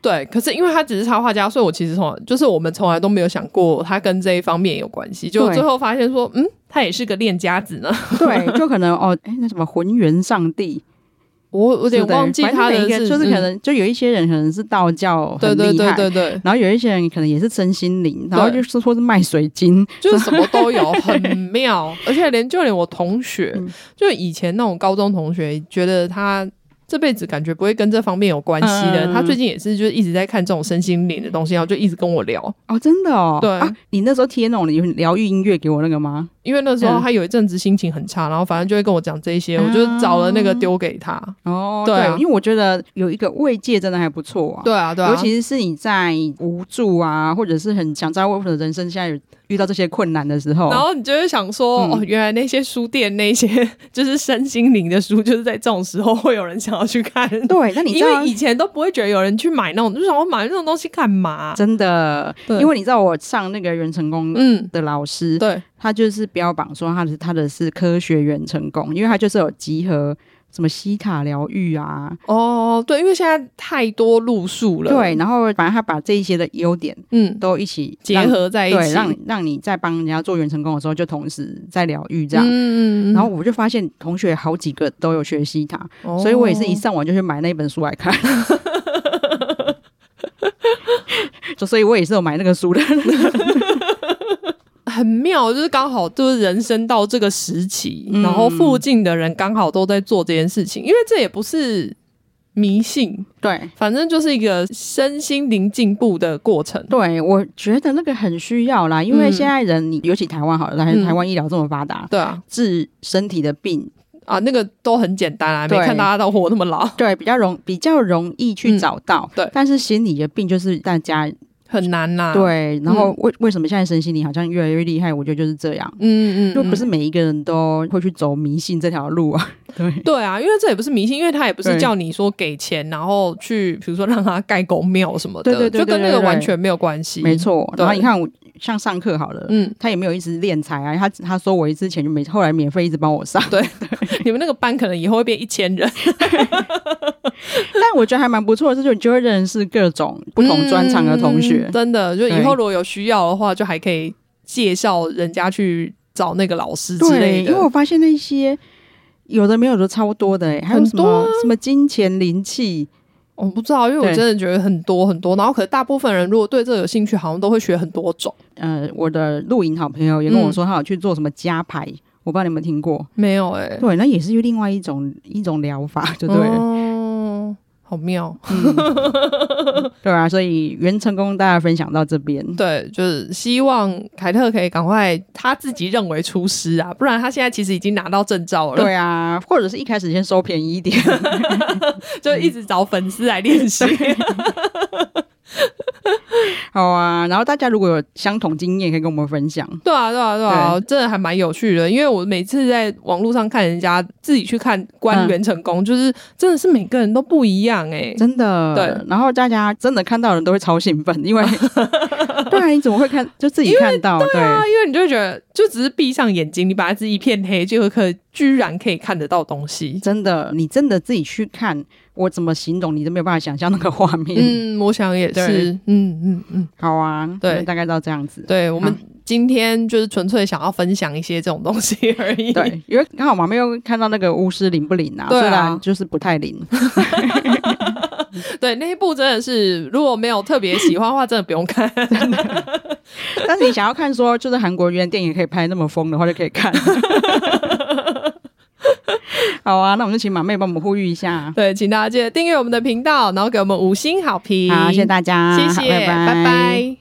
Speaker 1: 对。可是因为他只是插画家，所以我其实从来就是我们从来都没有想过他跟这一方面有关系，就
Speaker 2: 对
Speaker 1: 最后发现说，嗯，他也是个练家子呢。
Speaker 2: 对，就可能哦，哎，那什么浑元上帝，
Speaker 1: 我我有点
Speaker 2: 对不对
Speaker 1: 忘记
Speaker 2: 反正
Speaker 1: 他的
Speaker 2: 每一个
Speaker 1: 是
Speaker 2: 就是可
Speaker 1: 嗯
Speaker 2: 能就有一些人可能是道教很
Speaker 1: 对对
Speaker 2: 厉
Speaker 1: 对
Speaker 2: 害。
Speaker 1: 对对，
Speaker 2: 然后有一些人可能也是身心灵，然后
Speaker 1: 对
Speaker 2: 就是说是卖水晶，
Speaker 1: 就是什么都有，很 妙。而且连就连我同学，
Speaker 2: 嗯
Speaker 1: 就以前那种高中同学，觉得他这辈子感觉不会跟这方面有关系的，
Speaker 2: 嗯
Speaker 1: 他最近也是就是一直在看这种身心灵的东西，然后就一直跟我聊。
Speaker 2: 哦，真的哦，
Speaker 1: 对
Speaker 2: 啊，你那时候贴那种有疗愈音乐给我那个吗？
Speaker 1: 因为那时候
Speaker 2: 嗯
Speaker 1: 他有一阵子心情很差，然后反正就会跟我讲这些，我就找了那个丢给他。
Speaker 2: 哦，
Speaker 1: 对啊
Speaker 2: 因为我觉得有一个慰藉真的还不错啊。
Speaker 1: 对啊，对啊，
Speaker 2: 尤其是你在无助啊，或者是很想知道为什么人生现在有遇到这些困难的时候，
Speaker 1: 然后你就会想说，
Speaker 2: 嗯
Speaker 1: 哦，原来那些书店那些就是身心灵的书，就是在这种时候会有人想要去看。
Speaker 2: 对，那你知
Speaker 1: 因
Speaker 2: 道
Speaker 1: 为以前都不会觉得有人去买那种，就想我买那种东西干嘛？
Speaker 2: 真的，
Speaker 1: 对
Speaker 2: 因为你知道我上那个袁成功
Speaker 1: 嗯，
Speaker 2: 的老师，
Speaker 1: 对，
Speaker 2: 他就是标榜说他的他的是科学袁成功，因为他就是有集合什么西塔疗愈啊，
Speaker 1: 哦，对，因为现在太多路数了，，
Speaker 2: 对，然后反正他把这一些的优点
Speaker 1: 嗯，
Speaker 2: 都一起
Speaker 1: 结
Speaker 2: 让。
Speaker 1: 合在一
Speaker 2: 对，
Speaker 1: 起，
Speaker 2: 让让你在帮人家做袁成功的时候，就同时在疗愈这样。
Speaker 1: 嗯，嗯嗯
Speaker 2: 然后我就发现同学好几个都有学西塔，
Speaker 1: 哦
Speaker 2: 所以我也是一上网就去买那本书来看。 就所以，我也是有买那个书的。
Speaker 1: 很妙，就是刚好就是人生到这个时期，
Speaker 2: 嗯
Speaker 1: 然后附近的人刚好都在做这件事情，因为这也不是迷信，
Speaker 2: 对，
Speaker 1: 反正就是一个身心灵进步的过程。
Speaker 2: 对我觉得那个很需要啦，因为
Speaker 1: 嗯
Speaker 2: 现在人，你尤其台湾好了，还
Speaker 1: 嗯
Speaker 2: 是台湾医疗这么发达，
Speaker 1: 对啊，
Speaker 2: 治身体的病，
Speaker 1: 啊，那个都很简单啊，没
Speaker 2: 对
Speaker 1: 看大家都活那么老，
Speaker 2: 对，比较容比较容易去
Speaker 1: 嗯
Speaker 2: 找到。
Speaker 1: 对
Speaker 2: 但是心理的病就是大家
Speaker 1: 很难啊呐、，
Speaker 2: 对，然
Speaker 1: 嗯
Speaker 2: 后为为什么现在身心灵好像越来越厉害？我觉得就是这样。
Speaker 1: 嗯嗯，
Speaker 2: 就
Speaker 1: 嗯
Speaker 2: 不是每一个人都会去走迷信这条路啊。 对，
Speaker 1: 对啊，因为这也不是迷信，因为他也不是
Speaker 2: 对
Speaker 1: 叫你说给钱，然后去比如说让他盖公庙什么的，
Speaker 2: 对对对
Speaker 1: 就跟那
Speaker 2: 对
Speaker 1: 个
Speaker 2: 对对
Speaker 1: 完全没有关系。
Speaker 2: 没，错。
Speaker 1: 对
Speaker 2: 然后你看我。像上课好了，
Speaker 1: 嗯，
Speaker 2: 他也没有一直练财啊，他他收我一次钱就没，后来免费一直帮我上，
Speaker 1: 你们那个班可能以后会变一千人，
Speaker 2: 但我觉得还蛮不错的，是就你就会认识各种不同专长的同学
Speaker 1: 嗯，真的，就以
Speaker 2: 对
Speaker 1: 后如果有需要的话，就还可以介绍人家去找那个老师之
Speaker 2: 对，
Speaker 1: 类
Speaker 2: 因为
Speaker 1: 的
Speaker 2: 我。发现那些有的没有的超多的、欸，还有
Speaker 1: 很
Speaker 2: 什么、
Speaker 1: 多啊
Speaker 2: 什么金钱灵气，
Speaker 1: 我不知道，因为我
Speaker 2: 对
Speaker 1: 真的觉得很多很多，然后可是大部分人如果对这有兴趣，好像都会学很多种。
Speaker 2: 呃，我的露营好朋友也跟我说，他有去做什么加牌，我不知道你有没有听过。
Speaker 1: 没有哎、欸，
Speaker 2: 对，那也是另外一种一种疗法，就对了、
Speaker 1: 哦，好妙。
Speaker 2: 对啊。所以袁成功大家分享到这边，
Speaker 1: 对，就是希望凯特可以赶快他自己认为出师啊，不然他现在其实已经拿到证照了，
Speaker 2: 对啊，或者是一开始先收便宜一点，
Speaker 1: 就一直找粉丝来练习。
Speaker 2: 好啊。然后大家如果有相同经验，可以跟我们分享。
Speaker 1: 对啊，对啊，对啊，真的还蛮有趣的。因为我每次在网络上看人家自己去看官员成功，就是真的是每个人都不一样哎、
Speaker 2: 真的，
Speaker 1: 对。
Speaker 2: 然后大家真的看到的人都会超兴奋， 因为对啊，你怎么会看就自己看到？对
Speaker 1: 啊，因为你就会觉得，就只是闭上眼睛，你把它自己一片黑，就可居然可以看得到东西。
Speaker 2: 真的，你真的自己去看，我怎么形容你都没有办法想象那个画面。
Speaker 1: 嗯，我想也是
Speaker 2: 对。
Speaker 1: 嗯嗯嗯，
Speaker 2: 好啊，
Speaker 1: 对
Speaker 2: 那大概到这样 子。
Speaker 1: 对，我们
Speaker 2: 好
Speaker 1: 今天就是纯粹想要分享一些这种东西而已。
Speaker 2: 对，因为刚好妈妈又看到那个巫师灵不灵啊，
Speaker 1: 对啊
Speaker 2: 虽然就是不太灵。
Speaker 1: 对，那一部真的是如果没有特别喜欢的话，真的不用看。
Speaker 2: 但是你想要看说，就是韩国原电影可以拍那么疯的话，就可以 看。好啊，那我们就请马妹帮我们呼吁一下。
Speaker 1: 对，请大家记得订阅我们的频道，然后给我们五星好评。
Speaker 2: 好，谢谢大家，
Speaker 1: 谢谢，
Speaker 2: 拜
Speaker 1: 拜拜